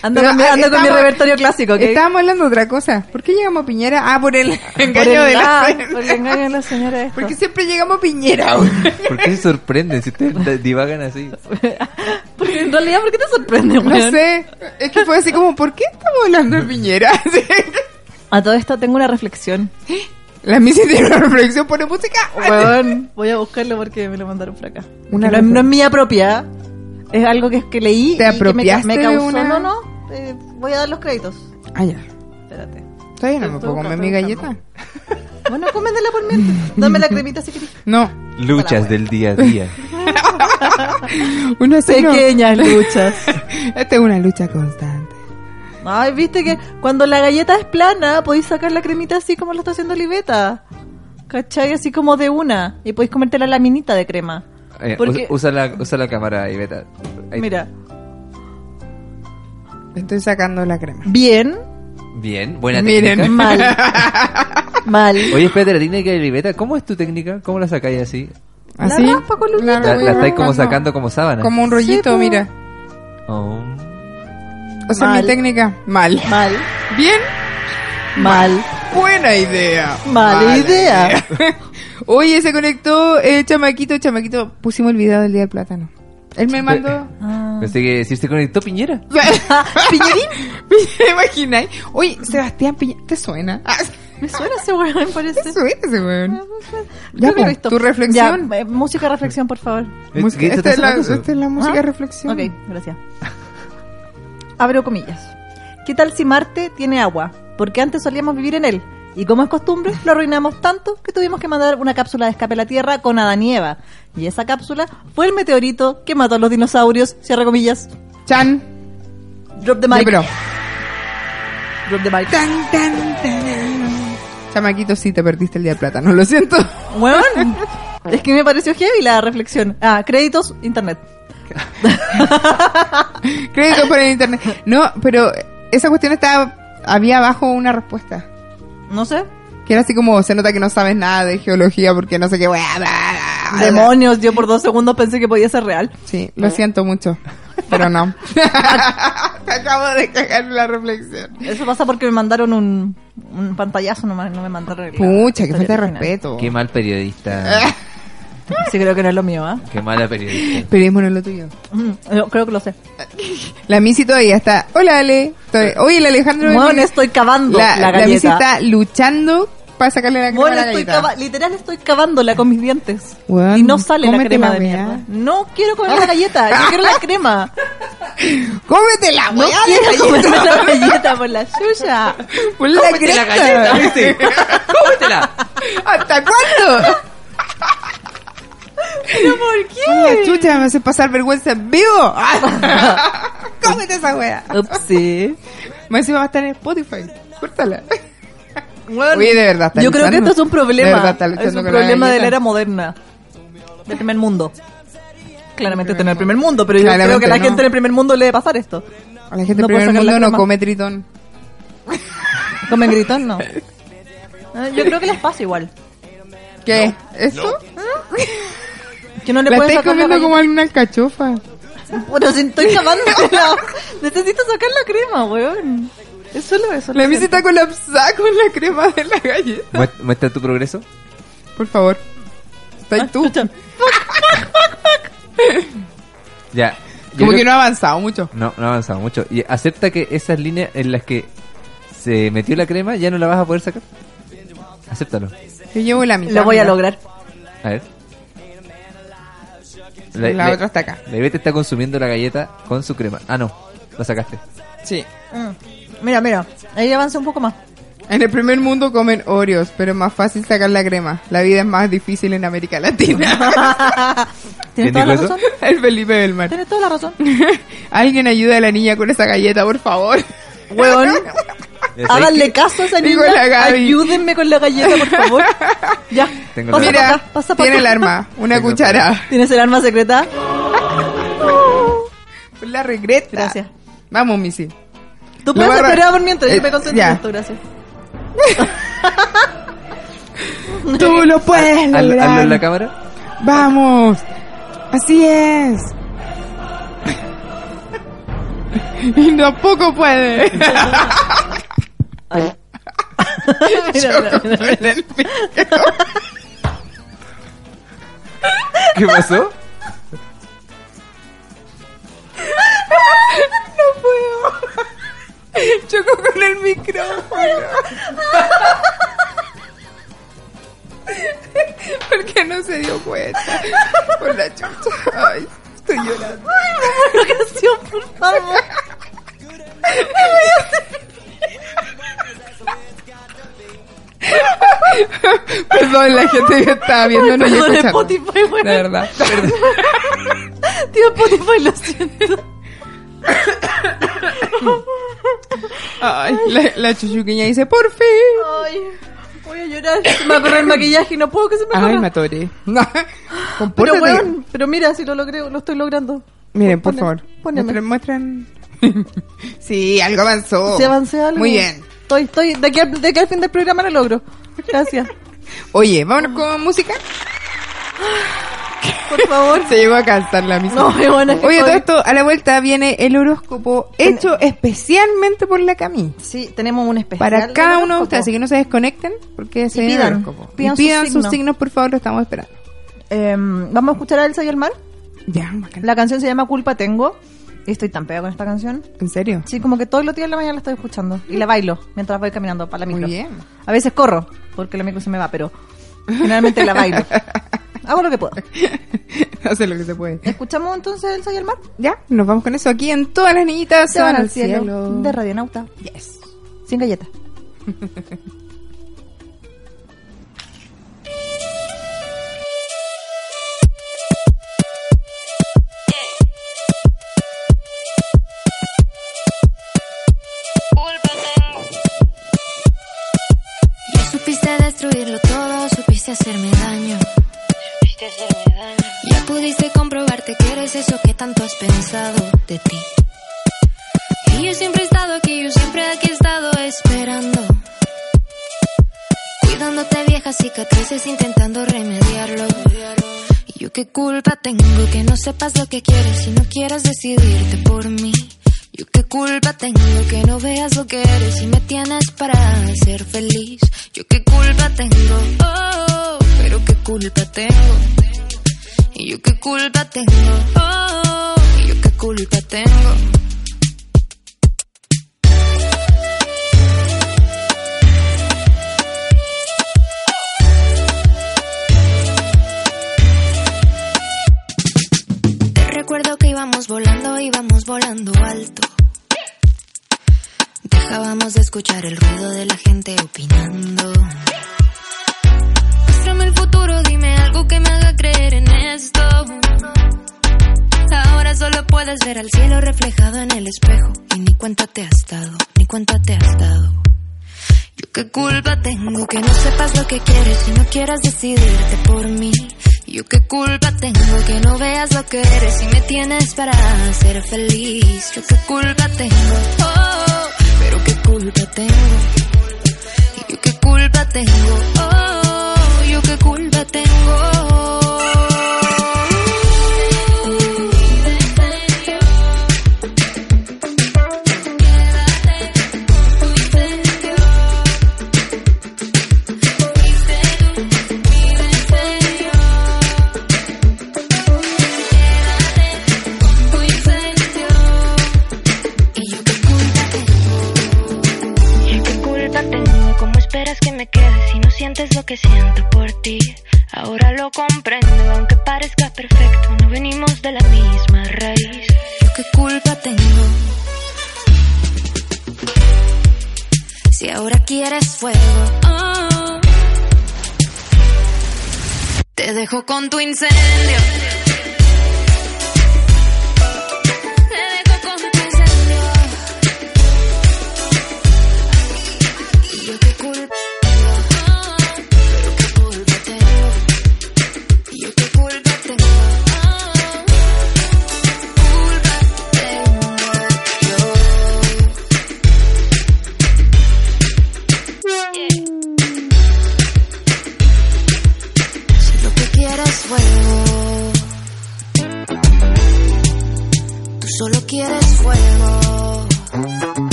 Speaker 4: Anda
Speaker 3: Pero,
Speaker 4: con mi,
Speaker 3: ah,
Speaker 4: anda con mi
Speaker 3: estamos-
Speaker 4: repertorio clásico, ¿ok?
Speaker 3: Estábamos hablando de otra cosa. ¿Por qué llegamos a Piñera? Ah, por el
Speaker 4: Por
Speaker 3: engaño
Speaker 4: el-
Speaker 3: de la
Speaker 4: ah,
Speaker 3: señora.
Speaker 4: Porque engaño de la señora esto.
Speaker 3: Porque siempre llegamos a Piñera. güey.
Speaker 5: ¿Por qué se sorprenden si ustedes da- divagan así?
Speaker 4: Porque en realidad, ¿por qué te sorprende,
Speaker 3: No
Speaker 4: weón?
Speaker 3: sé. Es que fue así como, ¿por qué estamos hablando de Piñera? Sí.
Speaker 4: A todo esto tengo una reflexión.
Speaker 3: La misa tiene una reflexión, pone música.
Speaker 4: Weón, voy a buscarlo porque me lo mandaron por acá.
Speaker 3: Una
Speaker 4: Que no, es- no es mía propia. Es algo que, que leí y
Speaker 3: ¿Te
Speaker 4: que me, ca-
Speaker 3: apropiaste
Speaker 4: me
Speaker 3: de
Speaker 4: causó.
Speaker 3: una-
Speaker 4: No, no. eh, voy a dar los créditos.
Speaker 3: Ah, ya.
Speaker 4: Espérate.
Speaker 3: Todavía no me
Speaker 4: Estoy
Speaker 3: puedo comer mi
Speaker 4: buscando.
Speaker 3: galleta.
Speaker 4: Bueno, cómendela por mientras. Dame la cremita si querés.
Speaker 3: No.
Speaker 5: Luchas del día a día.
Speaker 3: Una cero.
Speaker 4: Pequeñas luchas.
Speaker 3: Esta es una lucha constante.
Speaker 4: Ay, viste que cuando la galleta es plana, podéis sacar la cremita así como lo está haciendo Oliveta. ¿Cachai? Así como de una. Y podéis comerte la laminita de crema.
Speaker 5: Eh,
Speaker 4: Porque-
Speaker 5: usa, usa la, usa la cámara, Iveta. Ahí.
Speaker 4: Mira,
Speaker 3: Estoy sacando la crema.
Speaker 4: bien,
Speaker 5: Bien, buena
Speaker 3: Miren.
Speaker 5: técnica.
Speaker 4: mal. mal.
Speaker 5: Oye, espérate, la técnica de Iveta, ¿cómo es tu técnica? ¿Cómo la sacáis así?
Speaker 3: ¿Así?
Speaker 4: raspa con luquita.
Speaker 5: La,
Speaker 3: voy
Speaker 5: la estáis como
Speaker 3: raspando.
Speaker 5: sacando como sábana.
Speaker 3: Como un
Speaker 4: Sí,
Speaker 3: rollito,
Speaker 4: po.
Speaker 3: mira.
Speaker 5: Oh.
Speaker 3: pues. O sea,
Speaker 4: Mal.
Speaker 3: mi técnica. Mal.
Speaker 4: Mal.
Speaker 3: Bien.
Speaker 4: Mal.
Speaker 3: Buena idea.
Speaker 4: Mala idea.
Speaker 3: Oye, se conectó eh, Chamaquito, Chamaquito. Pusimos el video del Día del Plátano. Él me mandó.
Speaker 4: Ah.
Speaker 5: Pensé que si se conectó Piñera.
Speaker 3: ¿Piñerín? ¿Me imagináis? Oye, Sebastián Piñerín. ¿Te suena? Ah,
Speaker 4: Me suena ese weón, parece.
Speaker 3: ¿Te suena ese weón?
Speaker 4: Creo
Speaker 3: Ya,
Speaker 4: que lo he
Speaker 3: po,
Speaker 4: visto.
Speaker 3: tu reflexión.
Speaker 4: Ya, eh, música reflexión, por favor.
Speaker 3: Música-
Speaker 5: ¿Qué te
Speaker 3: Esta es, la, este
Speaker 5: está sonando eso?
Speaker 3: esta es la música
Speaker 4: ¿Ah?
Speaker 3: reflexión.
Speaker 4: Ok, gracias. Abro comillas. ¿Qué tal si Marte tiene agua? Porque antes solíamos vivir en él. Y como es costumbre, lo arruinamos tanto que tuvimos que mandar una cápsula de escape a la Tierra con Adán y Eva. Y esa cápsula fue el meteorito que mató a los dinosaurios. Cierra comillas.
Speaker 3: Chan.
Speaker 4: Drop the
Speaker 3: Ya,
Speaker 4: mic.
Speaker 3: pero.
Speaker 4: Drop the mic.
Speaker 3: Tan, tan, tan. Chamaquito, sí, te perdiste el Día del Plátano. Lo siento.
Speaker 4: Weón. Es que me pareció heavy la reflexión. Ah, créditos, internet.
Speaker 3: Crédito por el internet. No, pero esa cuestión estaba. Había abajo una respuesta.
Speaker 4: No sé.
Speaker 3: Que era así como, se nota que no sabes nada de geología porque no sé qué. weá, bla, bla, bla.
Speaker 4: Demonios, yo por dos segundos pensé que podía ser real.
Speaker 3: Sí, lo siento mucho, pero no. Te acabo de cagar en la reflexión.
Speaker 4: Eso pasa porque me mandaron un, un pantallazo nomás, no me mandaron el-
Speaker 3: Pucha, qué
Speaker 4: la
Speaker 3: falta de
Speaker 4: original.
Speaker 3: respeto.
Speaker 5: Qué mal
Speaker 3: Ah.
Speaker 5: periodista.
Speaker 4: Sí, creo que no es lo mío, ¿ah?
Speaker 5: Qué mala periodista.
Speaker 3: Periodismo no es lo tuyo.
Speaker 4: Mm, yo creo que lo sé.
Speaker 3: La Missy todavía está. Hola, Ale. Estoy- Oye, el Alejandro.
Speaker 4: Bueno,
Speaker 3: la-
Speaker 4: estoy cavando la,
Speaker 3: la, la
Speaker 4: galleta.
Speaker 3: Missy está luchando para sacarle la crema
Speaker 4: Bueno,
Speaker 3: a la
Speaker 4: estoy
Speaker 3: galleta.
Speaker 4: cava- literal estoy cavándola con mis dientes.
Speaker 3: Bueno,
Speaker 4: y no sale la
Speaker 3: cómete
Speaker 4: crema
Speaker 3: la
Speaker 4: de
Speaker 3: weá. Ah.
Speaker 4: mierda. No quiero comer la galleta, yo quiero la crema.
Speaker 3: ¡Cómete la
Speaker 4: No
Speaker 3: weá de
Speaker 4: quiero
Speaker 3: galleta!
Speaker 4: comerme la galleta por la suya.
Speaker 3: Ponle la
Speaker 5: ¡Cómete la
Speaker 3: cresta.
Speaker 5: galleta, ¿viste? ¡Cómetela!
Speaker 3: ¿Hasta cuándo?
Speaker 4: ¿Por qué?
Speaker 3: Oye, chucha, me hace pasar vergüenza en vivo. ¡Cómete esa weá!
Speaker 4: Upsi.
Speaker 3: Más encima va a estar en Spotify. Córtala.
Speaker 4: Bueno,
Speaker 3: Oye, de verdad, está
Speaker 4: Yo creo que
Speaker 3: luchando.
Speaker 4: esto es un problema.
Speaker 3: De verdad, está luchando
Speaker 4: es un
Speaker 3: con la
Speaker 4: problema de la
Speaker 3: galleta.
Speaker 4: era moderna. Del primer mundo. Claramente esto no es el primer mundo, pero yo creo
Speaker 3: Claramente
Speaker 4: que a la
Speaker 3: no.
Speaker 4: gente del primer mundo le debe pasar esto.
Speaker 3: A la gente
Speaker 4: No
Speaker 3: del primer
Speaker 4: puedo sacar la
Speaker 3: mundo no
Speaker 4: crema.
Speaker 3: come tritón.
Speaker 4: Comen gritón, no. Ah, Yo creo que les pasa igual.
Speaker 3: ¿Qué? ¿Esto?
Speaker 4: Que no le
Speaker 3: La
Speaker 4: pueden
Speaker 3: estáis
Speaker 4: sacar la
Speaker 3: comiendo como
Speaker 4: galleta.
Speaker 3: alguna alcachofa.
Speaker 4: Bueno, si estoy cavándosela. Necesito sacar la crema, weón. Es solo eso.
Speaker 3: La
Speaker 4: lo
Speaker 3: misa está colapsada con la crema de la galleta.
Speaker 5: Muest- Muestra tu progreso.
Speaker 3: Por favor. ¿Estás tú?
Speaker 4: siento.
Speaker 5: Ya. Yo
Speaker 3: Como
Speaker 5: creo-
Speaker 3: que no ha avanzado mucho.
Speaker 5: No, no ha avanzado mucho. Y acepta que esas líneas en las que se metió la crema ya no la vas a poder sacar. Acéptalo.
Speaker 3: Yo llevo la mitad.
Speaker 4: Lo voy a
Speaker 3: mira.
Speaker 4: lograr.
Speaker 5: A ver.
Speaker 3: La, otra está acá.
Speaker 5: La Ivete está consumiendo la galleta con su crema. Ah, no. La sacaste.
Speaker 3: Sí.
Speaker 4: Mira, mira, ahí avanza un poco más.
Speaker 3: En el primer mundo comen Oreos, pero es más fácil sacar la crema. La vida es más difícil en América Latina.
Speaker 4: Tienes
Speaker 5: ¿Quién
Speaker 4: toda la
Speaker 5: dijo eso?
Speaker 4: razón.
Speaker 3: el Felipe del Mar.
Speaker 4: Tienes toda la razón.
Speaker 3: Alguien ayuda a la niña con esa galleta, por favor.
Speaker 4: Weón,
Speaker 3: Ah,
Speaker 4: háganle caso a esa
Speaker 3: Digo
Speaker 4: niña.
Speaker 3: la Gaby.
Speaker 4: Ayúdenme con la galleta, por favor. Ya.
Speaker 5: Tengo
Speaker 4: pasa
Speaker 5: la-
Speaker 4: pa'
Speaker 3: Mira,
Speaker 4: acá, pasa pa'
Speaker 3: tiene
Speaker 4: acá.
Speaker 3: el arma, una
Speaker 5: Tengo
Speaker 3: cuchara.
Speaker 4: ¿Tienes el arma secreta?
Speaker 3: La regreta.
Speaker 4: Gracias.
Speaker 3: Vamos, Missy.
Speaker 4: Tú
Speaker 3: Lo
Speaker 4: puedes
Speaker 3: voy a-
Speaker 4: esperar por mientras yo
Speaker 3: Eh,
Speaker 4: me concentro
Speaker 3: ya.
Speaker 4: en esto, gracias.
Speaker 3: Tú lo puedes
Speaker 5: Hazlo hazlo
Speaker 3: lograr.
Speaker 5: en la cámara.
Speaker 3: Vamos. Así es. Y no poco puede.
Speaker 4: Ay. Mira, mira,
Speaker 3: Chocó
Speaker 4: mira.
Speaker 3: con el pico.
Speaker 5: ¿Qué pasó?
Speaker 3: Chocó con el micrófono. Porque no se dio cuenta. Por la chucha. Ay, estoy llorando.
Speaker 4: La canción, por favor.
Speaker 3: Perdón, la gente que estaba viendo no
Speaker 4: Perdón,
Speaker 3: escuchando.
Speaker 4: Spotify, weón.
Speaker 3: La verdad.
Speaker 4: Tío Spotify, lo siento.
Speaker 3: Ay, la, la chuchuquiña dice, por fin.
Speaker 4: Ay, voy a llorar. Se me va a correr el maquillaje y no puedo que se me corra.
Speaker 3: Ay, me atoré.
Speaker 4: pero
Speaker 3: Compórtate.
Speaker 4: weón, pero mira, si lo logré, lo estoy logrando.
Speaker 3: Miren, por
Speaker 4: Pone-
Speaker 3: favor.
Speaker 4: Poneme.
Speaker 3: Muestren, muestren. sí, algo avanzó.
Speaker 4: Si avancé algo.
Speaker 3: Oh, Muy bien.
Speaker 4: Estoy, estoy, de aquí, al, de aquí al fin del programa lo logro. Gracias.
Speaker 3: Oye, vámonos con música.
Speaker 4: Por favor.
Speaker 3: Se llegó a cansar la misma.
Speaker 4: No, me van a-
Speaker 3: Oye, todo esto, a la vuelta viene el horóscopo hecho especialmente por la Cami.
Speaker 4: Sí, tenemos un especial.
Speaker 3: Para
Speaker 4: de
Speaker 3: cada uno de
Speaker 4: horóscopo.
Speaker 3: ustedes, así que no se desconecten porque se viene el
Speaker 4: pidan,
Speaker 3: horóscopo.
Speaker 4: pidan
Speaker 3: y
Speaker 4: sus
Speaker 3: pidan sus
Speaker 4: signos.
Speaker 3: signos, por favor, lo estamos esperando.
Speaker 4: Em, vamos a escuchar a Elsa y el mar.
Speaker 3: Ya, bacán.
Speaker 4: La canción se llama Culpa Tengo. Y estoy tan pegada con esta canción.
Speaker 3: ¿En serio?
Speaker 4: Sí, como que todos los días en la mañana la estoy escuchando. Y la bailo mientras voy caminando para la
Speaker 3: Muy
Speaker 4: micro.
Speaker 3: bien.
Speaker 4: A veces corro, porque la micro se me va, pero generalmente la bailo. Hago lo que puedo.
Speaker 3: Hace lo que se puede.
Speaker 4: ¿Escuchamos entonces Elsa y el mar?
Speaker 3: Ya, nos vamos con eso aquí en todas las niñitas.
Speaker 4: Se van al cielo. De Radionauta.
Speaker 3: Yes.
Speaker 4: Sin galletas.
Speaker 7: Ya supiste destruirlo todo, supiste hacerme daño. Ya pudiste comprobarte que eres eso que tanto has pensado de ti. Y yo siempre he estado aquí, yo siempre aquí he estado esperando. Cuidándote viejas cicatrices, intentando remediarlo. Y yo qué culpa tengo que no sepas lo que quieres y no quieras decidirte por mí. Yo qué culpa tengo que no veas lo que eres y me tienes para ser feliz. Yo qué culpa tengo, oh, pero qué culpa tengo. Y yo qué culpa tengo, oh, y yo qué culpa tengo. Te recuerdo que íbamos volando, íbamos volando alto. Dejábamos de escuchar el ruido de la gente opinando. Muéstrame el futuro, dime algo que me haga creer en esto. Ahora solo puedes ver al cielo reflejado en el espejo. Y ni cuenta te has dado, ni cuenta te has dado. Yo qué culpa tengo que no sepas lo que quieres y no quieras decidirte por mí. Yo qué culpa tengo que no veas lo que eres y me tienes para ser feliz. Yo qué culpa tengo, oh, pero qué culpa tengo. Yo qué culpa tengo, oh, yo qué culpa tengo. Y yo qué culpa tengo, yo qué culpa tengo, cómo esperas que me quede si no sientes lo que siento por ti. Ahora lo comprendo, aunque parezca perfecto, no venimos de la misma raíz. Yo qué culpa tengo. Si ahora quieres fuego, oh. te dejo con tu incendio. Te dejo con tu incendio. Y yo qué culpa tengo, oh. Yo qué culpa tengo. Y yo qué culpa tengo, oh. Culpa tengo yo. Si lo que quieres fuego, tú solo quieres fuego.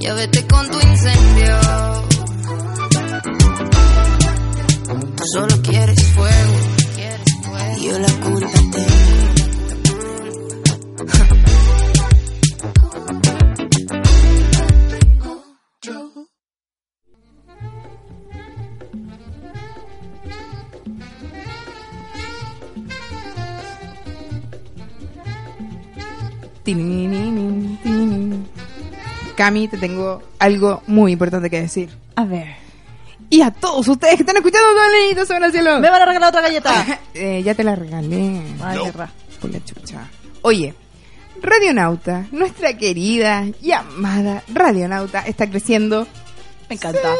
Speaker 7: Ya vete con tu incendio. Tú solo quieres fuego. Y yo la culpa tengo.
Speaker 3: Tininin, tininin. Cami, te tengo algo muy importante que decir.
Speaker 4: A ver.
Speaker 3: Y a todos ustedes que están escuchando Dolenito sobre el cielo.
Speaker 4: Me van a regalar otra galleta.
Speaker 3: Eh, ya te la regalé.
Speaker 4: Ay, qué ra-
Speaker 3: Por la chucha. Oye, Radionauta, nuestra querida y amada Radionauta, está creciendo.
Speaker 4: Me encanta.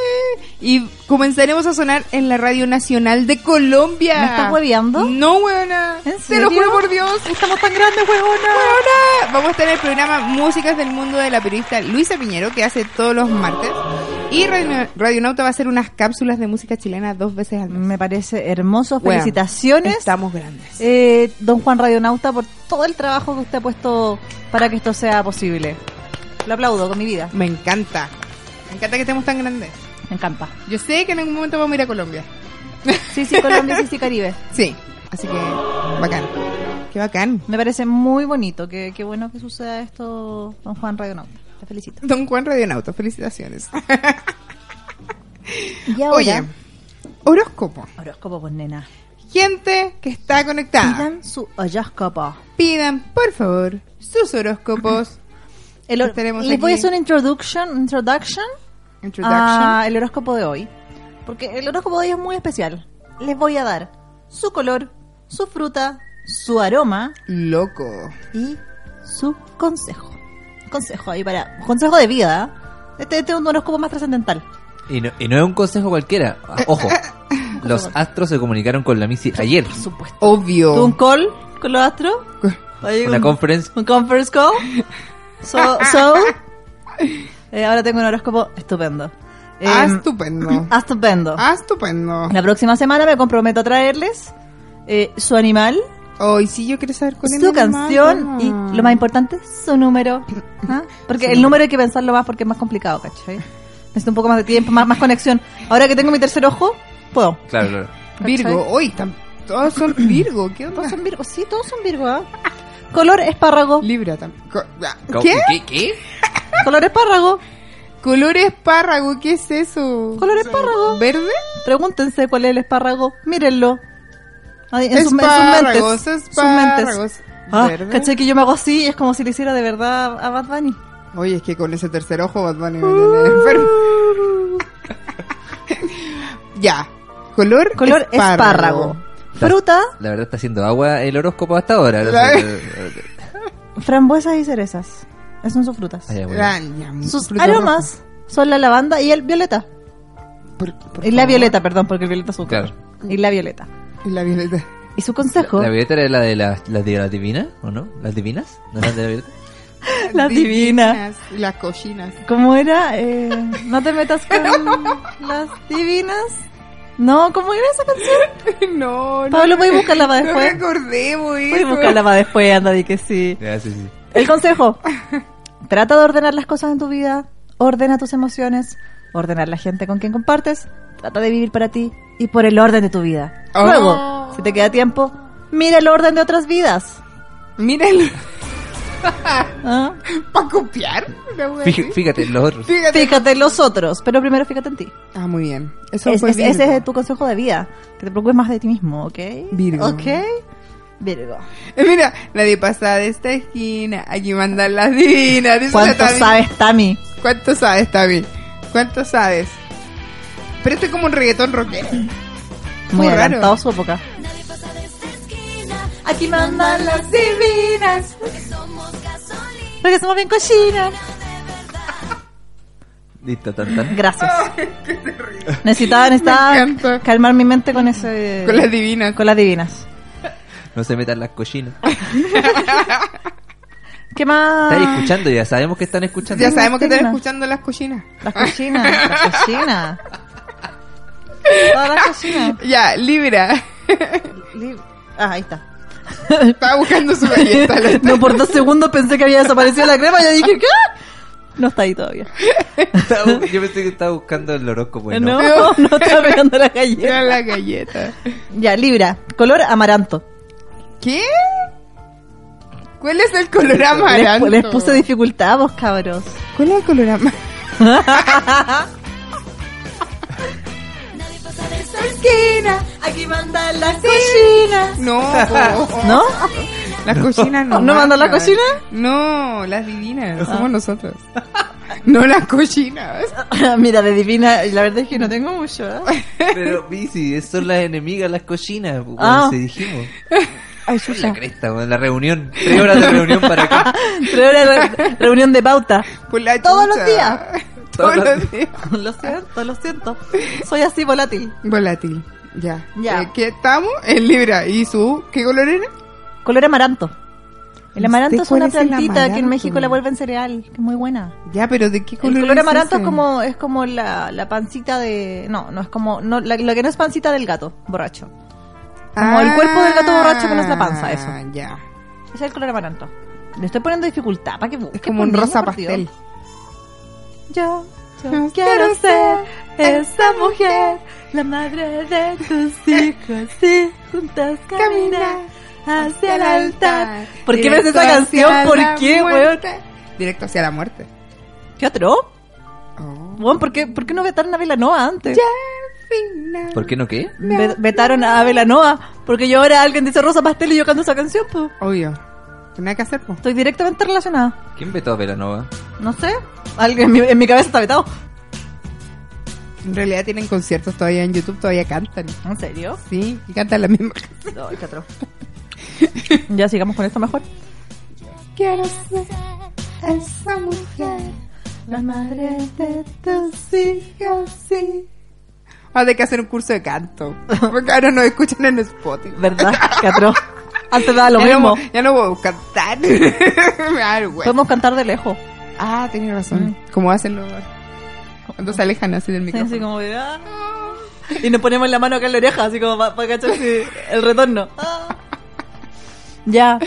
Speaker 3: Y comenzaremos a sonar en la Radio Nacional de Colombia.
Speaker 4: ¿Me estás hueviando?
Speaker 3: No, huevona.
Speaker 4: ¿En
Speaker 3: Te
Speaker 4: serio?
Speaker 3: lo juro por Dios.
Speaker 4: Estamos tan grandes, huevona.
Speaker 3: Huevona. Vamos a estar en el programa Músicas del Mundo de la periodista Luisa Piñero, que hace todos los martes. Y Radio- Radionauta va a hacer unas cápsulas de música chilena dos veces al mes.
Speaker 4: Me parece hermoso.
Speaker 3: Weón,
Speaker 4: Felicitaciones.
Speaker 3: Estamos grandes.
Speaker 4: eh, don Juan Radionauta por todo el trabajo que usted ha puesto para que esto sea posible. Lo aplaudo con mi vida.
Speaker 3: Me encanta. Me encanta que estemos tan grandes.
Speaker 4: Me encanta.
Speaker 3: Yo sé que en algún momento vamos a ir a Colombia.
Speaker 4: Sí, sí, Colombia, sí, sí, Caribe.
Speaker 3: Sí. Así que, bacán. Qué bacán.
Speaker 4: Me parece muy bonito. Qué, qué bueno que suceda esto, don Juan Radionauta. Te felicito.
Speaker 3: Don Juan Radionauta, felicitaciones.
Speaker 4: Y ahora,
Speaker 3: Oye, horóscopo.
Speaker 4: horóscopo, pues nena.
Speaker 3: Gente que está conectada, pidan,
Speaker 4: Pidan su horóscopo.
Speaker 3: por favor sus horóscopos.
Speaker 4: El hor-
Speaker 3: Estaremos
Speaker 4: Les voy a
Speaker 3: aquí.
Speaker 4: hacer una introduction, introduction
Speaker 3: Introduction.
Speaker 4: a Ah, el horóscopo de hoy. Porque el horóscopo de hoy es muy especial. Les voy a dar su color, su fruta, su aroma
Speaker 3: Loco.
Speaker 4: y su consejo. Consejo ahí para. Consejo de vida. ¿eh? Este, este es un horóscopo más trascendental.
Speaker 5: Y no, y no es un consejo cualquiera. Ah, Ojo. Los astros se comunicaron con la Missy ayer.
Speaker 4: Por supuesto. Tuve
Speaker 3: Obvio.
Speaker 4: un call con los astros. Ahí
Speaker 5: Una
Speaker 4: un-
Speaker 5: conference.
Speaker 4: Un conference call. So, so. Eh, ahora tengo un horóscopo estupendo. Eh,
Speaker 3: Ah, estupendo.
Speaker 4: ah, estupendo.
Speaker 3: Ah, estupendo.
Speaker 4: La próxima semana me comprometo a traerles eh, su animal,
Speaker 3: Hoy sí yo quiero saber cuál es Ah.
Speaker 4: su
Speaker 3: mi mamá.
Speaker 4: canción y lo más importante, su número. ¿Ah? Porque el número hay que pensarlo más porque es más complicado, ¿cachai? Necesito un poco más de tiempo, más, más conexión. Ahora que tengo mi tercer ojo, puedo.
Speaker 5: Claro, claro.
Speaker 3: Virgo. Hoy están- todos son Virgo. ¿Qué
Speaker 4: Todos
Speaker 3: onda?
Speaker 4: son Virgo, sí, todos son Virgo. ¿ah? Color espárrago,
Speaker 3: Libra tampoco.
Speaker 5: Co-
Speaker 3: ¿Qué?
Speaker 5: ¿Qué? ¿Qué?
Speaker 4: color espárrago.
Speaker 3: Color espárrago, ¿qué es eso?
Speaker 4: Color espárrago.
Speaker 3: ¿Verde?
Speaker 4: Pregúntense cuál es el espárrago, mírenlo. Ay, en, sus- en
Speaker 3: Espárragos,
Speaker 4: sus mentes. Sus
Speaker 3: espárragos.
Speaker 4: mentes. Ah,
Speaker 3: ¿Verde?
Speaker 4: ¿Cachai que yo me hago así y es como si le hiciera de verdad a Bad Bunny?
Speaker 3: Oye, es que con ese tercer ojo Bad Bunny me tiene enfermo. ya. Color,
Speaker 4: Color espárrago. Fruta,
Speaker 5: La verdad está haciendo agua el horóscopo hasta ahora. No sé,
Speaker 3: Ay.
Speaker 5: eh, eh,
Speaker 4: frambuesas y cerezas. Esas son sus frutas.
Speaker 5: ah, ya, bueno.
Speaker 3: Ah, ya,
Speaker 4: Sus
Speaker 3: fruta
Speaker 4: aromas son la lavanda y el violeta.
Speaker 3: roja. Por- por
Speaker 4: Y la
Speaker 3: favor.
Speaker 4: violeta, perdón, porque el violeta es azúcar. Y la violeta.
Speaker 3: Y la violeta.
Speaker 4: Y su consejo,
Speaker 5: ¿La violeta era la de las la de las divinas? ¿O no? ¿Las divinas? ¿No eran de la violeta?
Speaker 4: la divina.
Speaker 3: Divinas, Las cochinas.
Speaker 4: ¿Cómo era? Eh, no te metas con las divinas. No, ¿cómo era esa canción?
Speaker 3: no, no.
Speaker 4: Pablo, voy a buscarla para
Speaker 3: No me
Speaker 4: después.
Speaker 3: acordé, güey.
Speaker 4: Voy a buscarla para después, anda, di que sí.
Speaker 5: Ya, sí, sí.
Speaker 4: El consejo. Trata de ordenar las cosas en tu vida, ordena tus emociones, ordenar la gente con quien compartes, trata de vivir para ti y por el orden de tu vida.
Speaker 3: Oh.
Speaker 4: Luego, si te queda tiempo, mira el orden de otras vidas.
Speaker 3: Mírenlo.
Speaker 4: ¿Ah?
Speaker 3: ¿Para copiar? Una wea así.
Speaker 5: Fí- Fíjate, los otros.
Speaker 3: Fíjate.
Speaker 4: Fíjate en los otros, pero primero fíjate en ti.
Speaker 3: Ah, muy bien. Eso
Speaker 4: Es-
Speaker 3: fue
Speaker 4: es- ese
Speaker 3: Virgo.
Speaker 4: es tu consejo de vida, que te preocupes más de ti mismo, ¿ok?
Speaker 3: Virgo.
Speaker 4: ¿Ok? Virgo.
Speaker 3: Eh, Mira, nadie pasa de esta esquina. Aquí mandan las divinas. dice la
Speaker 4: ¿Cuánto
Speaker 3: Tami.
Speaker 4: sabes, Tami?
Speaker 3: ¿Cuánto sabes, Tami? ¿Cuánto sabes? Pero este es como un reggaetón rockero.
Speaker 4: Muy
Speaker 3: Muy raro.
Speaker 4: adelantado su época. Aquí mandan las divinas. Porque somos bien cochinas.
Speaker 5: Listo, tan, tan.
Speaker 4: Gracias. Necesitaba, necesitaba
Speaker 3: encanta.
Speaker 4: calmar mi mente con ese.
Speaker 3: Con las divinas.
Speaker 4: con las divinas.
Speaker 5: No se metan las cochinas.
Speaker 4: ¿Qué más?
Speaker 5: Están escuchando, ya sabemos que están escuchando.
Speaker 3: Ya sabemos que están
Speaker 4: Divinas.
Speaker 3: escuchando las cochinas.
Speaker 4: Las cochinas, las cochinas. Todas las cochinas.
Speaker 3: Ya, Libra.
Speaker 4: Li- Ah, ahí está.
Speaker 3: Estaba buscando su galleta. la-
Speaker 4: No, por dos segundos pensé que había desaparecido la crema y yo dije, ¿qué? No está ahí todavía.
Speaker 5: Estaba bu- Yo pensé que estaba buscando el horóscopo. y
Speaker 4: no,
Speaker 5: No.
Speaker 4: no, estaba pegando la
Speaker 3: Era
Speaker 4: galleta.
Speaker 3: la galleta.
Speaker 4: Ya, Libra, color amaranto.
Speaker 3: ¿Qué? ¿Cuál es el color
Speaker 4: Les,
Speaker 3: amaranto?
Speaker 4: les puse dificultad a vos, cabros.
Speaker 3: ¿Cuál es el color amaranto?
Speaker 4: Aquí mandan las cochinas.
Speaker 3: No, po.
Speaker 4: ¿No?
Speaker 3: las cochinas no.
Speaker 4: ¿No mandan las
Speaker 3: marcan.
Speaker 4: cochinas?
Speaker 3: No, las
Speaker 4: Ah.
Speaker 3: divinas. Somos nosotros. No las cochinas.
Speaker 4: Mira, de divina, la verdad es que no tengo mucho. ¿eh?
Speaker 5: Pero, Bici, son las enemigas, las cochinas. Como
Speaker 4: Ah.
Speaker 5: se dijimos.
Speaker 4: Ay,
Speaker 5: La
Speaker 4: chucha.
Speaker 5: cresta, weón, la reunión. Tres horas de reunión para acá.
Speaker 4: Tres horas de re- reunión de pauta.
Speaker 3: Por la
Speaker 4: Todos los
Speaker 3: chucha.
Speaker 4: días.
Speaker 3: Todos
Speaker 5: Todos
Speaker 3: los
Speaker 5: los
Speaker 3: días.
Speaker 4: Lo siento, lo siento. Soy así volátil.
Speaker 3: Volátil. Ya.
Speaker 4: Ya.
Speaker 3: Eh, ¿Qué estamos? En Libra. ¿Y su? ¿Qué color era?
Speaker 4: Color amaranto. El
Speaker 3: No sé
Speaker 4: amaranto es
Speaker 3: cuál
Speaker 4: una
Speaker 3: es el
Speaker 4: plantita que en
Speaker 3: amaranto.
Speaker 4: México la vuelven cereal, que es muy buena.
Speaker 3: Ya, pero ¿de qué color
Speaker 4: El color
Speaker 3: es
Speaker 4: amaranto es
Speaker 3: ese?
Speaker 4: como es como la, la pancita de no no es como no la, lo que no es pancita del gato borracho como el cuerpo del gato borracho que no es la panza, eso.
Speaker 3: Ah, Ya.
Speaker 4: ese es el color amaranto le estoy poniendo dificultad para que busque
Speaker 3: Es como un
Speaker 4: por mí,
Speaker 3: rosa
Speaker 4: por Dios.
Speaker 3: pastel.
Speaker 4: yo yo
Speaker 3: Yo
Speaker 4: quiero
Speaker 3: quiero
Speaker 4: ser esa mujer la madre de tus hijos y juntas caminar hacia el altar ¿por qué ves
Speaker 3: Directo
Speaker 4: esa canción?
Speaker 3: hacia
Speaker 4: ¿por
Speaker 3: la
Speaker 4: qué weón?
Speaker 3: muerte. Directo hacia la muerte.
Speaker 4: ¿qué otro?
Speaker 3: Oh.
Speaker 4: Weón, ¿por qué, ¿por qué no vetaron a Vilanoa antes?
Speaker 3: Final.
Speaker 5: ¿Por qué no qué?
Speaker 4: Ve- vetaron a Belanoa porque yo ahora alguien dice Rosa Pastel y yo canto esa canción, pues.
Speaker 3: Obvio. Nada que hacer, po.
Speaker 4: Estoy directamente relacionada.
Speaker 5: ¿Quién vetó a Velanova?
Speaker 4: No sé. Alguien en mi, en mi cabeza está vetado.
Speaker 3: En realidad tienen conciertos todavía en YouTube, todavía cantan.
Speaker 4: ¿En serio?
Speaker 3: Sí, y cantan la misma.
Speaker 4: No, qué atroz. ya sigamos con esto mejor.
Speaker 3: Quiero ser esa mujer.
Speaker 4: La madre de tus hijos, sí.
Speaker 3: Ah, de que hacer un curso de canto. Porque ahora nos escuchan en Spotify.
Speaker 4: ¿Verdad? Qué atroz. Antes daba lo
Speaker 3: ya,
Speaker 4: mismo.
Speaker 3: No, voy- ya no puedo cantar. Me da vergüenza.
Speaker 4: Podemos cantar de lejos.
Speaker 3: Ah, tenía razón. Como hacen los. Cuando se alejan así del
Speaker 4: Sí,
Speaker 3: micrófono.
Speaker 4: así como de, ah. Y nos ponemos la mano acá en la oreja, así como para cachar si- el retorno. Ah. Ya.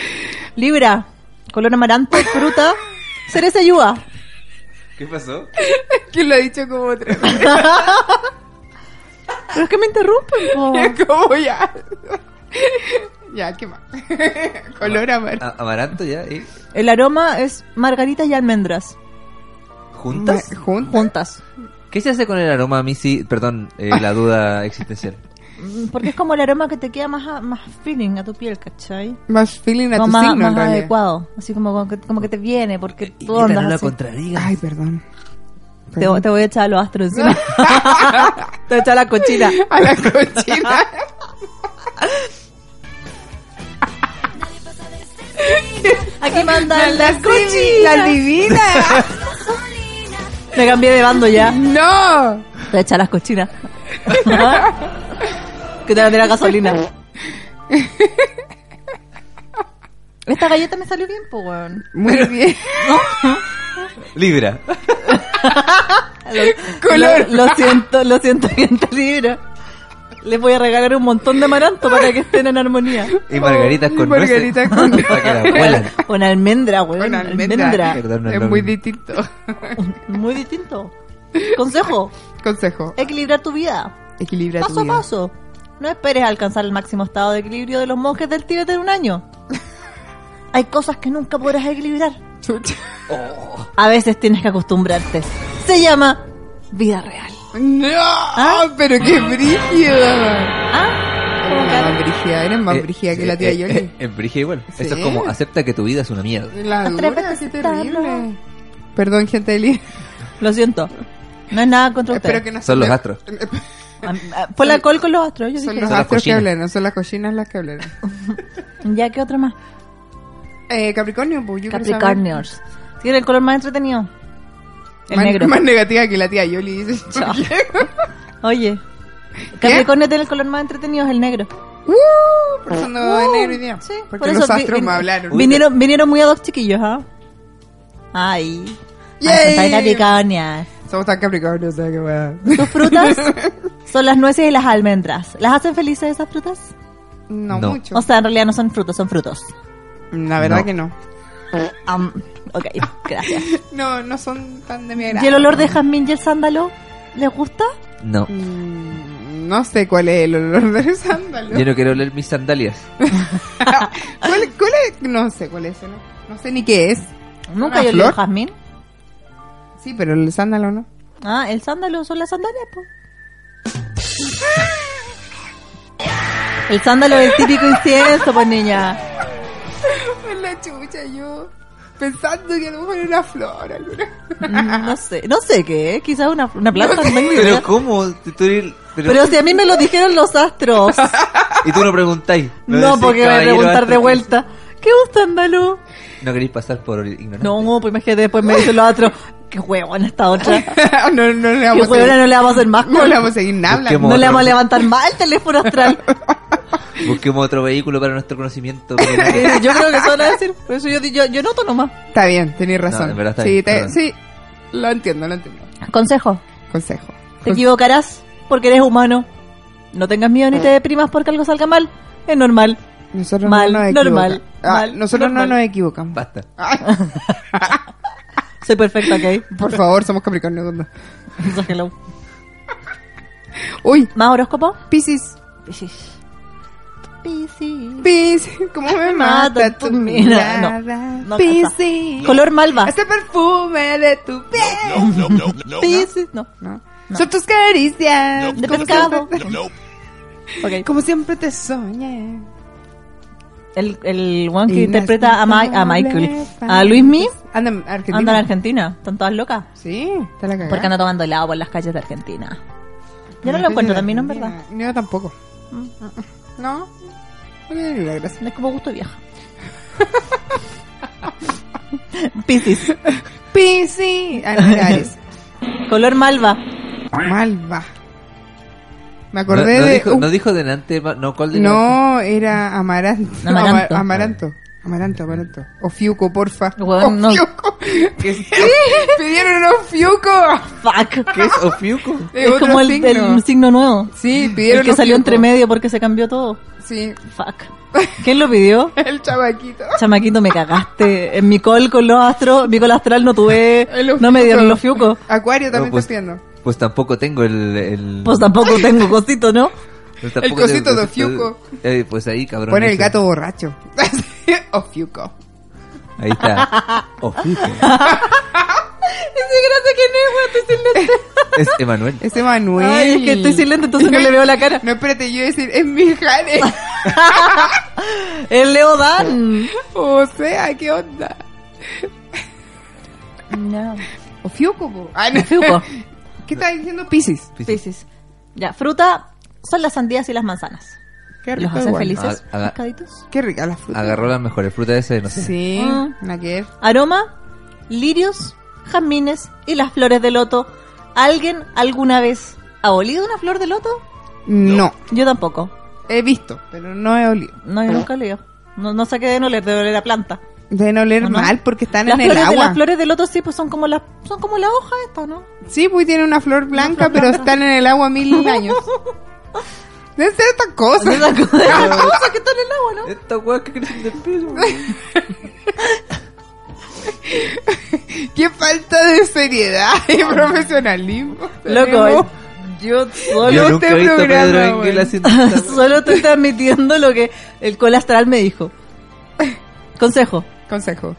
Speaker 4: Libra, color amaranto, fruta, cereza y uva.
Speaker 5: ¿Qué pasó?
Speaker 3: Que lo ha dicho como otra vez.
Speaker 4: Pero es que me interrumpen, po.
Speaker 3: como ya. ya, ¿qué más? Color amarillo.
Speaker 5: A- Amaranto ya, ¿eh?
Speaker 4: El aroma es margaritas y almendras
Speaker 5: ¿Juntas?
Speaker 3: Ma- Juntas.
Speaker 4: juntas.
Speaker 5: ¿Qué se hace con el aroma, Missy? Perdón, eh, la duda existencial.
Speaker 4: Mm, Porque es como el aroma que te queda más, a- más feeling a tu piel, ¿cachai?
Speaker 3: Más feeling a
Speaker 4: Como
Speaker 3: tu
Speaker 4: más,
Speaker 3: signo, en
Speaker 4: más
Speaker 3: realidad.
Speaker 4: adecuado. Así como, como que, como que te viene, porque tú
Speaker 5: Lita, no
Speaker 4: andas
Speaker 5: la
Speaker 4: así.
Speaker 5: contradigas.
Speaker 3: Ay, perdón.
Speaker 4: Te, te voy a echar a los astros encima. te voy a echar la cochina.
Speaker 3: A la cochina.
Speaker 4: Aquí mandan las
Speaker 3: La
Speaker 4: cochinas.
Speaker 3: divina.
Speaker 4: Me cambié de bando ya.
Speaker 3: no.
Speaker 4: Te voy a echar las cochinas. que te van a tirar gasolina. Esta galleta me salió bien, po, weón.
Speaker 3: Muy bien.
Speaker 5: Libra.
Speaker 3: Color.
Speaker 4: Lo, lo siento, lo siento, gente libre. Les voy a regalar un montón de amaranto para que estén en armonía.
Speaker 5: Y margaritas
Speaker 3: Y
Speaker 5: con
Speaker 3: margaritas
Speaker 5: nueces.
Speaker 3: con-
Speaker 5: Para que la vuelan.
Speaker 4: Con almendra, weón.
Speaker 3: Con almendra.
Speaker 4: almendra.
Speaker 5: Perdón, no
Speaker 3: es
Speaker 5: lo
Speaker 3: muy
Speaker 5: mismo.
Speaker 3: distinto.
Speaker 4: Muy distinto. Consejo,
Speaker 3: Consejo.
Speaker 4: equilibrar tu vida.
Speaker 3: Equilibra tu
Speaker 4: Paso a
Speaker 3: vida.
Speaker 4: paso. No esperes alcanzar el máximo estado de equilibrio de los monjes del Tíbet en un año. Hay cosas que nunca podrás equilibrar. Oh.
Speaker 3: Chucha.
Speaker 4: A veces tienes que acostumbrarte. Se llama vida real.
Speaker 3: No. Pero qué brígida.
Speaker 4: ¿Ah? ¿Cómo
Speaker 3: Eres
Speaker 4: que-
Speaker 3: más brígida. Eres más
Speaker 5: Eh,
Speaker 3: brígida que
Speaker 5: eh,
Speaker 3: la tía
Speaker 5: eh,
Speaker 3: Yoli.
Speaker 5: eh, en brígida igual.
Speaker 3: Sí.
Speaker 5: Eso es como, acepta que tu vida es una mierda.
Speaker 3: La
Speaker 4: Atrévete
Speaker 3: dura,
Speaker 4: a
Speaker 3: qué
Speaker 4: aceptarlo.
Speaker 3: terrible. Perdón, gente de Libra.
Speaker 4: Lo siento. No es nada contra
Speaker 3: Espero
Speaker 4: usted.
Speaker 3: que no
Speaker 5: Son los
Speaker 3: se-
Speaker 5: astros.
Speaker 4: Ah, Fue el alcohol con los astros. Yo
Speaker 3: Son
Speaker 4: dije,
Speaker 3: los
Speaker 5: Son las
Speaker 3: astros que
Speaker 5: cochinas.
Speaker 3: hablaron, son las cochinas las que hablaron.
Speaker 4: ya, ¿qué otra más?
Speaker 3: Eh, Capricornio, pues yo quiero saber-
Speaker 4: Capricornios. Tiene el color más entretenido. El
Speaker 3: más,
Speaker 4: negro.
Speaker 3: más negativa que la tía Yoli. dice.
Speaker 4: Chao. Oye. Capricornio tiene el color más entretenido, es el negro. Uh,
Speaker 3: ¡Uh! Por eso ando de negro hoy día.
Speaker 4: Sí,
Speaker 3: Porque
Speaker 4: por
Speaker 3: los
Speaker 4: eso vi-
Speaker 3: astros
Speaker 4: vin-
Speaker 3: me hablaron.
Speaker 4: Vinieron, vinieron muy a dos chiquillos, ¿ah? Ay.
Speaker 3: Yay.
Speaker 4: Ay, Capricornias.
Speaker 3: Somos tan Capricornio, o sea que weá.
Speaker 4: Sus frutas son las nueces y las almendras. ¿Las hacen felices esas frutas?
Speaker 3: No,
Speaker 5: No.
Speaker 3: mucho.
Speaker 4: O sea, en realidad no son frutas, son frutos.
Speaker 3: la verdad
Speaker 5: no.
Speaker 3: que no.
Speaker 4: Am, ok, gracias.
Speaker 3: No, no son tan de mi
Speaker 4: ¿Y el
Speaker 3: agrado.
Speaker 4: olor de jazmín y el sándalo? ¿Les gusta?
Speaker 5: No.
Speaker 3: Mm, No sé cuál es el olor del sándalo.
Speaker 5: Yo no quiero oler mis sandalias.
Speaker 3: ¿Cuál, cuál es? No sé cuál es, ¿no? No sé ni qué es.
Speaker 4: Nunca
Speaker 3: ¿Una
Speaker 4: yo
Speaker 3: flor?
Speaker 4: olor jazmín.
Speaker 3: Sí, pero el sándalo no.
Speaker 4: Ah, el sándalo son las sandalias, po. El sándalo es el típico incienso, pues niña.
Speaker 3: Pues la chucha, yo. Pensando que a lo mejor era una flor, alguna.
Speaker 4: Mm, No sé, no sé qué, ¿eh? quizás una, una planta. no tengo idea.
Speaker 5: Pero ¿cómo? Tú- tú eres- pero-
Speaker 4: Pero si a mí me lo dijeron los astros.
Speaker 5: Y tú no preguntáis.
Speaker 4: No,
Speaker 5: decís,
Speaker 4: porque voy a
Speaker 5: caballero,
Speaker 4: preguntar
Speaker 5: astro,
Speaker 4: de vuelta. ¿Qué es un sándalo?
Speaker 5: No queréis pasar por ignorante.
Speaker 4: No, pues imagínate, después me dicen los astros. Qué huevón esta otra. Qué
Speaker 3: no, no le vamos a
Speaker 4: huevona,
Speaker 3: seguir.
Speaker 4: no le vamos a hacer más
Speaker 3: No le
Speaker 4: cola.
Speaker 3: vamos a seguir nada hablando.
Speaker 5: Busquemos
Speaker 4: No le
Speaker 5: otro.
Speaker 4: vamos a levantar más el teléfono astral.
Speaker 5: Busquemos otro vehículo para nuestro conocimiento.
Speaker 4: Eh, Yo creo que eso van a decir. Por eso yo, di- yo, yo noto nomás.
Speaker 3: Está bien, tenéis razón.
Speaker 5: No, en verdad está
Speaker 3: sí,
Speaker 5: bien,
Speaker 3: te-
Speaker 5: perdón.
Speaker 3: sí, lo entiendo, lo entiendo.
Speaker 4: Consejo.
Speaker 3: Consejo.
Speaker 4: Te equivocarás porque eres humano. No tengas miedo ni te deprimas porque algo salga mal. Es normal.
Speaker 3: Nosotros
Speaker 4: Mal,
Speaker 3: no nos equivocamos.
Speaker 4: normal,
Speaker 3: Ah,
Speaker 4: mal,
Speaker 3: nosotros no
Speaker 4: normal.
Speaker 3: nos equivocamos.
Speaker 5: Basta.
Speaker 3: Ah,
Speaker 4: Soy perfecta, ¿ok?
Speaker 3: por favor, somos Capricornio. ¿dónde?
Speaker 4: So hello.
Speaker 3: Uy,
Speaker 4: ¿Más horóscopo?
Speaker 3: Piscis.
Speaker 4: Piscis. Piscis.
Speaker 3: Piscis, ¿cómo me mata tu mirada?
Speaker 4: No, no,
Speaker 3: Piscis.
Speaker 4: Color malva.
Speaker 3: Este perfume de tu piel.
Speaker 4: Piscis. No.
Speaker 3: No. Son tus caricias.
Speaker 4: De
Speaker 3: como
Speaker 4: pescado.
Speaker 3: siempre-
Speaker 4: Ok.
Speaker 3: Como siempre te soñé.
Speaker 4: El, el one que interpreta a, Ma- a Michael. A Luismi.
Speaker 3: Anda en Argentina.
Speaker 4: Anda en Argentina. Están todas locas.
Speaker 3: Sí, está la cagada.
Speaker 4: Porque anda tomando helado por las calles de Argentina. Yo no lo encuentro también, ¿no? en verdad. Mm,
Speaker 3: No, yo tampoco. No. No tiene ni la gracia.
Speaker 4: No es como gusto vieja. Piscis.
Speaker 3: Pisi. Ah, no, era Aries.
Speaker 4: Color malva.
Speaker 3: Malva. Me
Speaker 5: No,
Speaker 3: acordé
Speaker 5: no
Speaker 3: de.
Speaker 5: dijo,
Speaker 3: uh,
Speaker 5: no dijo delante, ma- no, ¿cuál de
Speaker 3: no, era amaranto.
Speaker 4: Amaranto.
Speaker 3: Ama- amaranto. Amaranto, amaranto. O fiuco, porfa.
Speaker 4: Bueno,
Speaker 3: o
Speaker 4: no.
Speaker 3: fiuco. Pidieron unos fiuco.
Speaker 4: Fuck.
Speaker 5: ¿Qué es Ofiuco?
Speaker 3: De
Speaker 4: es
Speaker 3: otro
Speaker 4: como el,
Speaker 3: signo.
Speaker 4: el signo. nuevo.
Speaker 3: Sí, pidieron
Speaker 4: El que
Speaker 3: unos
Speaker 4: salió
Speaker 3: fiuco.
Speaker 4: entre medio porque se cambió todo.
Speaker 3: Sí,
Speaker 4: Fuck. ¿Quién lo pidió?
Speaker 3: el chavaquito.
Speaker 4: Chamaquito, me cagaste. En mi col con los astros, mi col astral no tuve.
Speaker 3: El ofiuco.
Speaker 4: No me dieron los fiucos.
Speaker 3: Acuario también
Speaker 5: pues,
Speaker 3: te entiendo.
Speaker 5: Pues tampoco tengo el. el
Speaker 4: Pues tampoco tengo cosito, ¿no?
Speaker 5: tampoco
Speaker 3: el cosito
Speaker 5: tengo
Speaker 3: de
Speaker 5: el cosito de-
Speaker 3: Ofiuco.
Speaker 5: Eh, pues ahí, cabrón.
Speaker 3: Pone el
Speaker 5: ese.
Speaker 3: gato borracho. o fiuco.
Speaker 5: Ahí está. Ofiuco. Es Emanuel.
Speaker 3: Ese Manuel.
Speaker 4: Ay, es que estoy silente, entonces no le veo la cara.
Speaker 3: No, espérate, yo iba a decir, es Mijares.
Speaker 4: El Leo Dan.
Speaker 3: o sea, ¿qué onda?
Speaker 4: No.
Speaker 3: O Fiuco, po. Ah, no.
Speaker 4: Fiuco.
Speaker 3: ¿Qué estás diciendo, Pisces?
Speaker 4: Piscis. Ya, fruta son las sandías y las manzanas.
Speaker 3: Qué
Speaker 4: ¿Los hacen
Speaker 3: igual.
Speaker 4: felices?
Speaker 5: Ah, ah.
Speaker 4: pescaditos?
Speaker 3: Qué rica la fruta.
Speaker 5: Agarró las mejores frutas ese, no sé.
Speaker 3: Sí,
Speaker 4: Mm.
Speaker 3: una que es.
Speaker 4: Aroma, lirios, jazmines y las flores de loto. ¿Alguien alguna vez ha olido una flor de loto?
Speaker 3: No,
Speaker 4: Yo tampoco.
Speaker 3: he visto, pero no he olido.
Speaker 4: No, yo nunca he olido. No, no saqué de no oler, de oler a planta.
Speaker 3: Deben oler
Speaker 4: ¿O no?
Speaker 3: mal porque están
Speaker 4: Las
Speaker 3: en el
Speaker 4: flores, de,
Speaker 3: agua.
Speaker 4: las flores de loto sí, pues son como la, son como la hoja esta, ¿no?
Speaker 3: Sí, pues tiene una flor blanca, pero están en el agua mil años. Deben ser estas
Speaker 4: Son
Speaker 3: cosas.
Speaker 4: esas cosas
Speaker 3: Ah.
Speaker 4: las cosas que están en el agua, ¿no?
Speaker 5: Esta weá que crecen del pelo.
Speaker 3: Qué falta de seriedad y profesionalismo.
Speaker 4: Loco, eh. yo
Speaker 5: Yo
Speaker 4: solo,
Speaker 5: nunca
Speaker 3: este
Speaker 5: he visto a Pedro
Speaker 3: programa,
Speaker 5: Engel
Speaker 3: weón.
Speaker 5: haciendo esta weá.
Speaker 4: solo estoy transmitiendo lo que el colastral me dijo. Consejo.
Speaker 3: Consejo.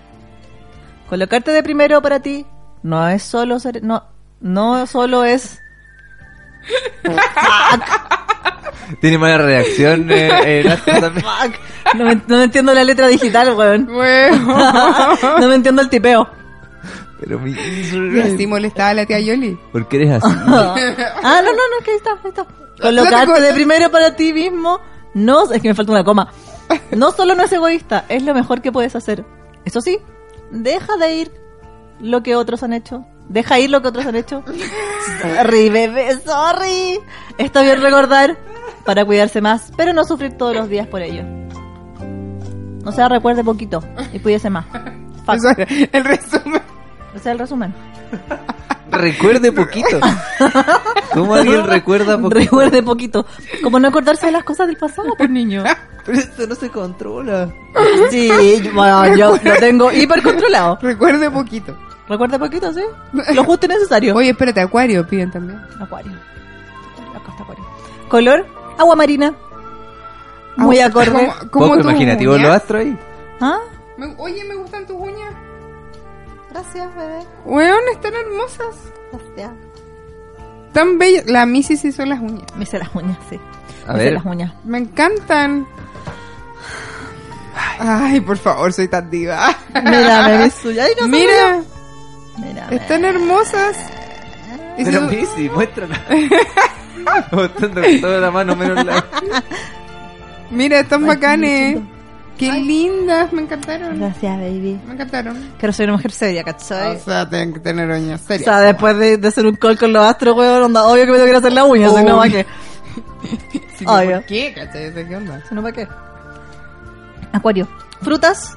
Speaker 4: Colocarte de primero para ti no es solo ser, no no solo es
Speaker 5: Tiene mala reacción eh, el astro también.
Speaker 4: no me, no me entiendo la letra digital, weón.
Speaker 3: Bueno.
Speaker 4: No me entiendo el tipeo.
Speaker 5: Pero mi...
Speaker 3: Y así molestaba a la tía Yoli.
Speaker 5: ¿Por qué eres así?
Speaker 4: ah, no, no, no, que ahí está, ahí está. Colocarte
Speaker 3: acuerdas?
Speaker 4: de primero para ti mismo. No, es que me falta una coma. No solo no es egoísta, es lo mejor que puedes hacer. Eso sí, deja de ir lo que otros han hecho. Deja ir lo que otros han hecho. Sorry, bebé, sorry. Está bien recordar para cuidarse más, pero no sufrir todos los días por ello. O sea, recuerde poquito y cuídese más. Fuck.
Speaker 3: Eso era el resumen.
Speaker 4: Ese es el resumen.
Speaker 5: Recuerde poquito. ¿Cómo alguien recuerda poquito?
Speaker 4: Recuerde poquito. Como no acordarse de las cosas del pasado, pues niño.
Speaker 5: Pero esto no se controla.
Speaker 4: Sí, yo- bueno, yo lo tengo hiper controlado.
Speaker 3: Recuerde poquito.
Speaker 4: Recuerda poquito, ¿sí? Lo justo y necesario.
Speaker 3: Oye, espérate, Acuario piden también.
Speaker 4: Acuario. Acá está acuario. Color, agua marina. Muy
Speaker 3: Ah,
Speaker 4: acorde.
Speaker 3: ¿cómo- cómo
Speaker 5: Poco
Speaker 3: tus
Speaker 5: imaginativo
Speaker 3: uñas?
Speaker 5: lo astro ahí.
Speaker 4: ¿Ah?
Speaker 3: Me- Oye, me gustan tus uñas.
Speaker 4: Gracias, bebé.
Speaker 3: Weón, están hermosas.
Speaker 4: Gracias.
Speaker 3: Tan bellas. La Missy se hizo las uñas.
Speaker 4: Me hice las uñas, sí.
Speaker 5: A
Speaker 4: Me hice
Speaker 5: ver.
Speaker 4: las uñas.
Speaker 3: Me encantan. Ay, por favor, soy tan diva.
Speaker 4: Mírame, mi suya. Ay, no,
Speaker 3: Mira,
Speaker 4: soy yo. Mírame.
Speaker 3: están hermosas. Y
Speaker 5: Pero
Speaker 3: su-
Speaker 5: Missy, muéstrala. Mostrando con toda la mano menos la...
Speaker 3: Mira, están
Speaker 4: Ay,
Speaker 3: bacanes.
Speaker 4: qué lindo.
Speaker 3: Qué lindas, me encantaron.
Speaker 4: Gracias, baby.
Speaker 3: Me encantaron.
Speaker 4: Quiero ser una mujer seria, ¿cachai?
Speaker 5: Ah,
Speaker 3: O sea, tienen que tener uñas
Speaker 4: O
Speaker 3: serias.
Speaker 4: sea, después de, de hacer un call con los astros, weón, onda, obvio que me tengo que ir a hacer la uña, si
Speaker 5: Oh.
Speaker 4: no,
Speaker 3: Obvio.
Speaker 4: ¿para qué?
Speaker 3: Sí,
Speaker 4: obvio.
Speaker 3: ¿Por qué, cachai? ¿De ¿Qué onda?
Speaker 4: Si no, ¿para qué? Acuario. Frutas,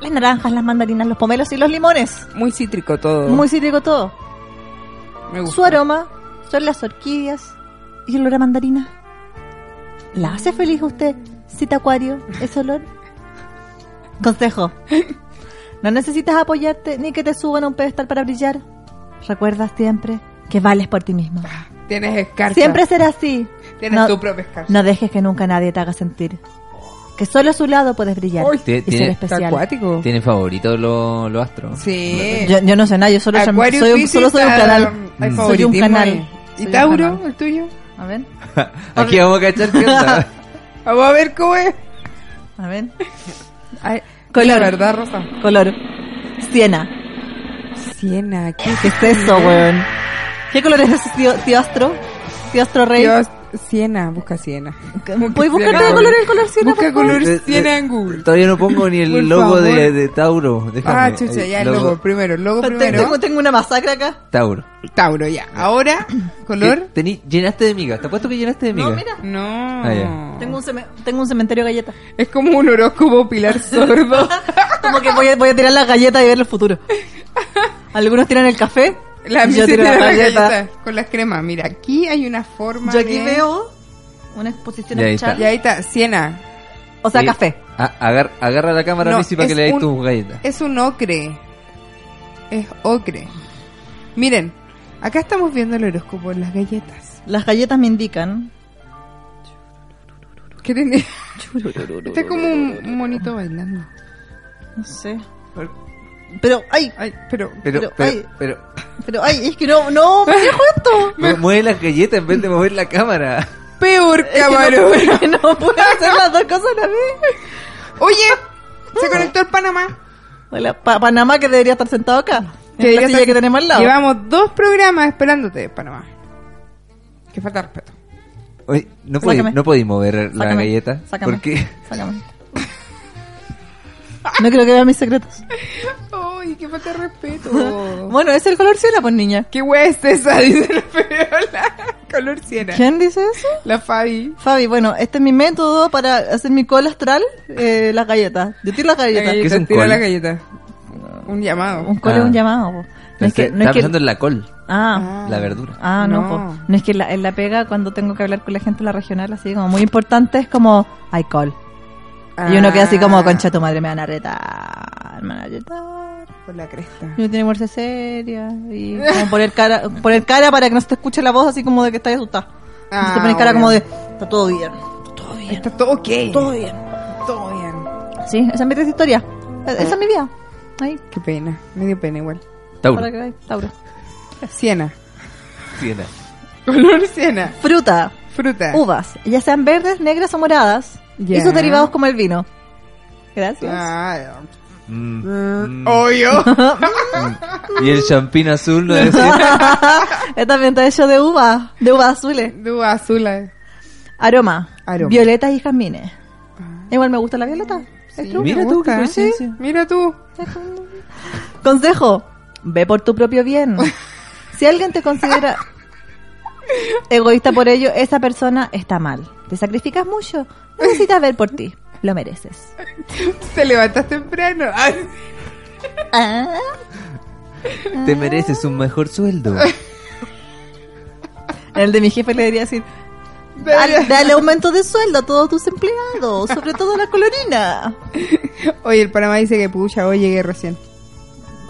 Speaker 4: las naranjas, las mandarinas, los pomelos y los limones.
Speaker 3: Muy cítrico todo.
Speaker 4: Muy cítrico todo.
Speaker 3: Me gusta.
Speaker 4: Su aroma son las orquídeas y el olor a mandarina. ¿La hace feliz usted, cita acuario, ese olor? Consejo. No necesitas apoyarte ni que te suban a un pedestal para brillar. Recuerda siempre que vales por ti mismo.
Speaker 3: Tienes escarcha.
Speaker 4: Siempre será así.
Speaker 3: Tienes
Speaker 4: No-
Speaker 3: tu propia escarcha.
Speaker 4: No dejes que nunca nadie te haga sentir que solo a su lado puedes brillar
Speaker 5: Uy,
Speaker 4: y
Speaker 5: tie-
Speaker 4: ser
Speaker 5: tiene-
Speaker 3: Está
Speaker 4: especial.
Speaker 3: acuático.
Speaker 5: ¿Tiene favorito lo, lo astro?
Speaker 3: Sí.
Speaker 4: Yo, yo no sé nada, yo solo soy,
Speaker 3: Acuario,
Speaker 4: soy un-
Speaker 3: Piscis,
Speaker 4: solo soy un
Speaker 3: Tauro.
Speaker 4: canal.
Speaker 3: Hay
Speaker 4: Soy un
Speaker 3: favoritismo
Speaker 4: canal.
Speaker 3: ahí.
Speaker 4: Soy
Speaker 3: ¿Y
Speaker 4: un
Speaker 3: Tauro,
Speaker 4: canal.
Speaker 3: el tuyo?
Speaker 4: A ver,
Speaker 5: Aquí vamos a cachar qué onda.
Speaker 3: Vamos a ver cómo es.
Speaker 4: a ver.
Speaker 3: Ay,
Speaker 4: Color.
Speaker 3: La verdad, Rosa.
Speaker 4: Color. Siena.
Speaker 3: Siena, aquí.
Speaker 4: ¿Qué es eso, weón? ¿Qué color es ese tío, tío Astro? Tío Astro Rey.
Speaker 3: Dios, Siena, busca Siena.
Speaker 4: ¿Puedes buscarte
Speaker 3: Siena.
Speaker 4: de color el color Siena?
Speaker 3: Busca
Speaker 4: por favor?
Speaker 3: color
Speaker 5: Eh, eh,
Speaker 3: Siena en Google.
Speaker 5: Todavía no pongo ni
Speaker 3: Por
Speaker 5: el logo de,
Speaker 3: favor.
Speaker 5: de Tauro. Déjame.
Speaker 3: Ah, chucha,
Speaker 5: Ahí,
Speaker 3: ya el logo primero, el logo
Speaker 4: Pero tengo-
Speaker 3: primero.
Speaker 4: Tengo, tengo una masacre acá.
Speaker 5: Tauro.
Speaker 3: Tauro, ya. Ahora,
Speaker 5: ¿Qué?
Speaker 3: color.
Speaker 5: Tení- llenaste de miga. ¿Te apuesto que llenaste de miga?
Speaker 4: No, mira.
Speaker 3: No.
Speaker 5: Ah, ya.
Speaker 4: Tengo un, ceme- tengo un cementerio de galletas.
Speaker 3: Es como un horóscopo pilar sordo.
Speaker 4: Como que voy a, voy a tirar las galletas y ver el futuro. Algunos tiran el café.
Speaker 3: La
Speaker 4: y yo
Speaker 3: misa
Speaker 4: tiro
Speaker 3: tiene
Speaker 4: las
Speaker 3: la
Speaker 4: galletas.
Speaker 3: galleta con las cremas. Mira, aquí hay una forma.
Speaker 4: Yo aquí
Speaker 3: de-
Speaker 4: veo una exposición
Speaker 5: Y ahí
Speaker 4: a
Speaker 5: está.
Speaker 3: Y ahí está, Siena.
Speaker 4: O sea,
Speaker 5: Sí.
Speaker 4: café.
Speaker 5: Ah, agar- agarra la cámara,
Speaker 3: No,
Speaker 5: Missy, para
Speaker 3: es
Speaker 5: que le
Speaker 3: un- eh,
Speaker 5: des tus galletas.
Speaker 3: Es un ocre. Es ocre. Miren, acá estamos viendo el horóscopo en las galletas.
Speaker 4: Las galletas me indican.
Speaker 3: ¿Qué tiene? Está Este como un monito bailando.
Speaker 4: No sé. Pero, ay,
Speaker 3: Ay, pero.
Speaker 5: Pero,
Speaker 4: Pero, ay.
Speaker 5: pero, pero,
Speaker 4: pero, ay, es que no, no, me dejo esto.
Speaker 5: mu- mueve las galletas en vez de mover la cámara.
Speaker 3: Peor
Speaker 4: Es que no-
Speaker 3: camarón.
Speaker 4: es que no, puedo hacer las dos cosas a la vez.
Speaker 3: Oye, se conectó el Panamá.
Speaker 4: Hola, Pa- Panamá que debería estar sentado acá. Que
Speaker 3: Que
Speaker 4: la
Speaker 3: digas
Speaker 4: silla
Speaker 3: así,
Speaker 4: que tenemos al lado.
Speaker 3: Llevamos dos programas esperándote, Panamá. Que falta de respeto.
Speaker 5: Oye, no podí,
Speaker 4: Sácame.
Speaker 5: no podí mover la
Speaker 4: Sácame,
Speaker 5: galleta.
Speaker 4: sácame,
Speaker 5: ¿Por qué?
Speaker 4: sácame. No creo que vean mis secretos.
Speaker 3: Ay, qué falta de respeto.
Speaker 4: Bueno, es el color cielo, pues niña.
Speaker 3: ¿Qué wea es esa? Dice la Feola. Color siena.
Speaker 4: ¿Quién dice eso?
Speaker 3: La Fabi.
Speaker 4: Fabi, bueno, este es mi método para hacer mi cola astral, eh, las galletas. Yo tiro las
Speaker 3: La
Speaker 4: galletas.
Speaker 5: ¿Qué es
Speaker 3: galleta,
Speaker 5: un
Speaker 3: tira
Speaker 5: col?
Speaker 3: la galleta. Un llamado.
Speaker 4: Un col es
Speaker 5: Ah.
Speaker 4: un llamado. po. No es
Speaker 5: Pensé-
Speaker 4: que, no es
Speaker 5: estaba
Speaker 4: que-
Speaker 5: pensando en la col,
Speaker 4: Ah,
Speaker 5: la verdura.
Speaker 4: ah, no.
Speaker 3: No.
Speaker 4: po. No es que en la, en la pega, cuando tengo que hablar con la gente de la regional, así como muy importante, es como, hay col. Y uno queda así
Speaker 3: Ah,
Speaker 4: como, concha tu madre, me van a retar, me van a retar.
Speaker 3: Por la cresta.
Speaker 4: Y uno tiene que ponerse seria y como poner cara, poner cara para que no se te escuche la voz así como de que estás asustada. Entonces te pones cara como de, está todo bien, está todo bien,
Speaker 3: Está todo ok.
Speaker 4: todo bien.
Speaker 3: todo bien. Eh.
Speaker 4: Sí, esa es mi triste historia. E- Esa es mi vida. Ahí,
Speaker 3: Qué pena. Me dio pena igual.
Speaker 5: Tauro.
Speaker 4: para que veáis, Tauro.
Speaker 3: Siena.
Speaker 5: Siena.
Speaker 3: Color siena.
Speaker 4: Fruta,
Speaker 3: Fruta.
Speaker 4: uvas, ya sean verdes, negras o moradas,
Speaker 3: Ya.
Speaker 4: y sus derivados como el vino. Gracias.
Speaker 3: Ah,
Speaker 5: Mm, mm.
Speaker 3: Obvio.
Speaker 5: Y el champín azul no decir.
Speaker 4: Eh, También está hecho de uva, de uvas azules.
Speaker 3: Duda azul. eh.
Speaker 4: Aroma.
Speaker 3: Aroma. Ah.
Speaker 4: Violetas y jazmines. Igual me gusta la violeta. Es true.
Speaker 5: Mira
Speaker 3: me
Speaker 5: tú, qué
Speaker 3: gusta, ¿eh?
Speaker 5: coincidencia.
Speaker 3: Mira tú.
Speaker 4: Consejo, ve por tu propio bien. Si alguien te considera egoísta por ello, esa persona está mal. Te sacrificas mucho. No necesitas ver por ti. Lo mereces.
Speaker 3: Te levantas temprano. Ay,
Speaker 4: Ah.
Speaker 5: Te mereces un mejor sueldo.
Speaker 4: Ah. El de mi jefe le diría así. Dale,
Speaker 3: dale.
Speaker 4: dale aumento de sueldo a todos tus empleados, sobre todo a la colorina.
Speaker 3: Oye, el Panamá dice que pucha, hoy llegué recién.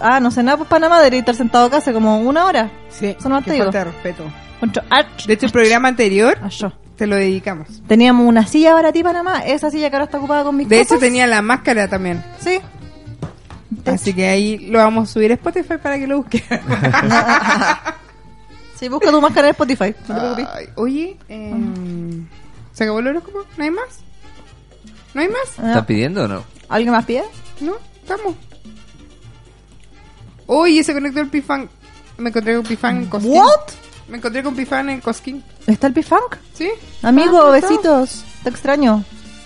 Speaker 4: Ah, no sé nada, pues Panamá debería estar sentado acá hace como una hora.
Speaker 3: Sí,
Speaker 4: Eso no te
Speaker 3: qué
Speaker 4: digo.
Speaker 3: falta de respeto.
Speaker 4: Contra- ach-
Speaker 3: De hecho, el programa anterior
Speaker 4: acho.
Speaker 3: te lo dedicamos.
Speaker 4: Ah, Teníamos una silla para ti, Panamá. Esa silla que ahora está ocupada con mis
Speaker 3: De hecho,
Speaker 4: cosas.
Speaker 3: tenía la máscara también.
Speaker 4: Sí.
Speaker 3: Así que ahí lo vamos a subir a Spotify para que lo busquen.
Speaker 4: Sí, busca tu máscara en Spotify. No te preocupes.
Speaker 3: Ay, Oye, eh,
Speaker 4: em,
Speaker 3: ¿se acabó el horóscopo? ¿No hay más? ¿No hay más?
Speaker 4: Ah,
Speaker 5: ¿Están pidiendo o no?
Speaker 4: ¿Alguien más pide?
Speaker 3: ¿No? ¿Estamos? Oye, se conectó el Pifan. Me encontré con Pifan en Cosquín.
Speaker 4: What?
Speaker 3: Me encontré con Pifan en Cosquín.
Speaker 4: ¿Está el P-Funk?
Speaker 3: ¿Sí?
Speaker 4: Amigo,
Speaker 3: Ah, ¿cómo está?
Speaker 4: besitos. Te extraño.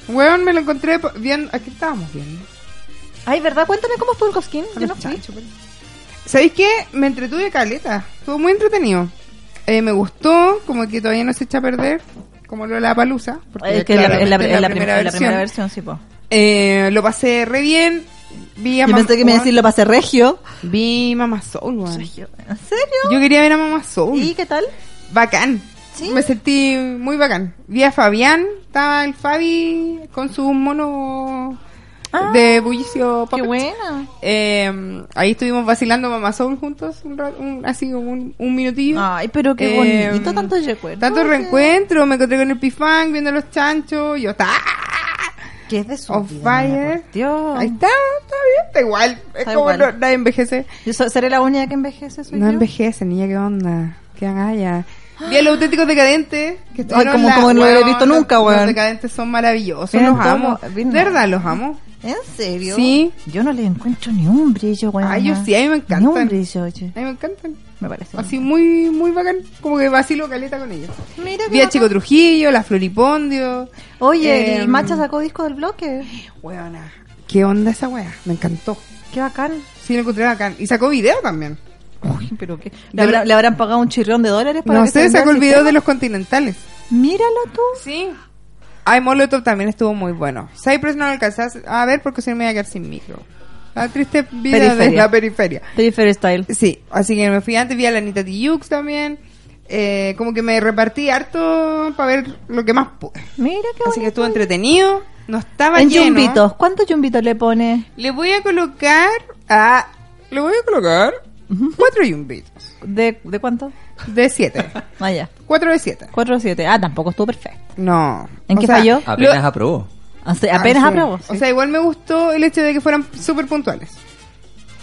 Speaker 3: Weón, me lo encontré po- bien. Aquí estábamos bien.
Speaker 4: Ay, ¿verdad? Cuéntame cómo fue el cosquín. Yo no fui.
Speaker 3: ¿Sabéis qué? Me entretuve caleta. Estuvo muy entretenido. Eh, me gustó, como que todavía no se echa a perder, como lo de la palusa.
Speaker 4: Es que en la, en la- en la prim- en la primera versión, sí, po.
Speaker 3: Eh, lo pasé re bien. Vi a
Speaker 4: Yo
Speaker 3: Mam-
Speaker 4: pensé que me iba a decir lo pasé regio.
Speaker 3: Vi Mamá Soul, weón.
Speaker 4: ¿En serio?
Speaker 3: Yo quería ver a Mamá Soul.
Speaker 4: ¿Y qué tal?
Speaker 3: Bacán.
Speaker 4: ¿Sí?
Speaker 3: Me sentí muy bacán. Vi a Fabián, estaba el Fabi con su mono
Speaker 4: Ah,
Speaker 3: de bullicio
Speaker 4: Qué
Speaker 3: puppet.
Speaker 4: buena.
Speaker 3: Eh, ahí estuvimos vacilando Mamá Soul juntos, un, ra- un- así como un, un minutillo.
Speaker 4: Ay, pero qué
Speaker 3: Eh,
Speaker 4: bonito. Em, tanto recuerdo.
Speaker 3: Tanto reencuentro, me encontré con el Pifang viendo los chanchos, y yo estaba...
Speaker 4: Ah. Que es de su
Speaker 3: On
Speaker 4: vida,
Speaker 3: fire.
Speaker 4: por Dios.
Speaker 3: Ahí está, está bien, está igual. Es
Speaker 4: Está
Speaker 3: como
Speaker 4: igual.
Speaker 3: no- nadie envejece.
Speaker 4: Yo so- seré la única que envejece. soy
Speaker 3: No
Speaker 4: yo.
Speaker 3: envejece, niña, ¿qué onda? ¿Qué galla? Vi a los auténticos decadentes. Que estuvieron
Speaker 4: Ay, como-
Speaker 3: en la-
Speaker 4: como no lo había
Speaker 3: Weón,
Speaker 4: visto
Speaker 3: los-
Speaker 4: nunca,
Speaker 3: Los
Speaker 4: weón.
Speaker 3: decadentes son maravillosos,
Speaker 4: Miren
Speaker 3: los
Speaker 4: todo
Speaker 3: amo.
Speaker 4: lo-
Speaker 3: De
Speaker 4: miren.
Speaker 3: verdad, los amo.
Speaker 4: ¿En serio?
Speaker 3: Sí.
Speaker 4: Yo no le encuentro ni un brillo, güey.
Speaker 3: Ay, yo sí, a mí me
Speaker 4: Ni
Speaker 3: encantan.
Speaker 4: un brillo, oye.
Speaker 3: A mí me encantan.
Speaker 4: Me parece.
Speaker 3: Así muy, muy bacán. Como que vacilo caleta con ellos.
Speaker 4: Mira,
Speaker 3: Vi a Chico Trujillo, la Floripondio.
Speaker 4: Oye,
Speaker 3: Eh,
Speaker 4: el Macha sacó disco del bloque.
Speaker 3: Weona. ¿Qué onda esa wea? Me encantó.
Speaker 4: Qué bacán.
Speaker 3: Sí, lo encontré bacán. Y sacó video también.
Speaker 4: Uy, pero qué. ¿Le, habrá- le habrán pagado un chirrión de dólares para
Speaker 3: No
Speaker 4: que
Speaker 3: sé,
Speaker 4: se
Speaker 3: sacó el
Speaker 4: venda
Speaker 3: video de los continentales.
Speaker 4: sistema? Míralo tú.
Speaker 3: Sí. Ay, Molotov también estuvo muy bueno. Cypress no lo alcanzás a ver porque si no me iba a quedar sin micro. La triste vida de
Speaker 4: Periferia.
Speaker 3: la periferia.
Speaker 4: Periphery Style.
Speaker 3: Sí, así que me fui antes, vi a la Anita Tijoux también. Eh, como que me repartí harto para ver lo que más pude.
Speaker 4: Mira qué
Speaker 3: Así que
Speaker 4: bonito.
Speaker 3: estuvo entretenido. No estaba
Speaker 4: En
Speaker 3: lleno. ¿eh?
Speaker 4: yumbitos. ¿Cuántos yumbitos le pone
Speaker 3: Le voy a colocar a... Le voy a colocar cuatro yumbitos.
Speaker 4: ¿De, de cuánto?
Speaker 3: De siete.
Speaker 4: Ah, ya.
Speaker 3: Cuatro de siete.
Speaker 4: 4 o 7. Ah, tampoco estuvo perfecto.
Speaker 3: No.
Speaker 4: ¿En qué falló?
Speaker 5: Apenas aprobó.
Speaker 4: O sea, apenas
Speaker 3: Ah, sí.
Speaker 4: aprobó.
Speaker 3: O sea, igual me gustó el hecho de que fueran súper puntuales.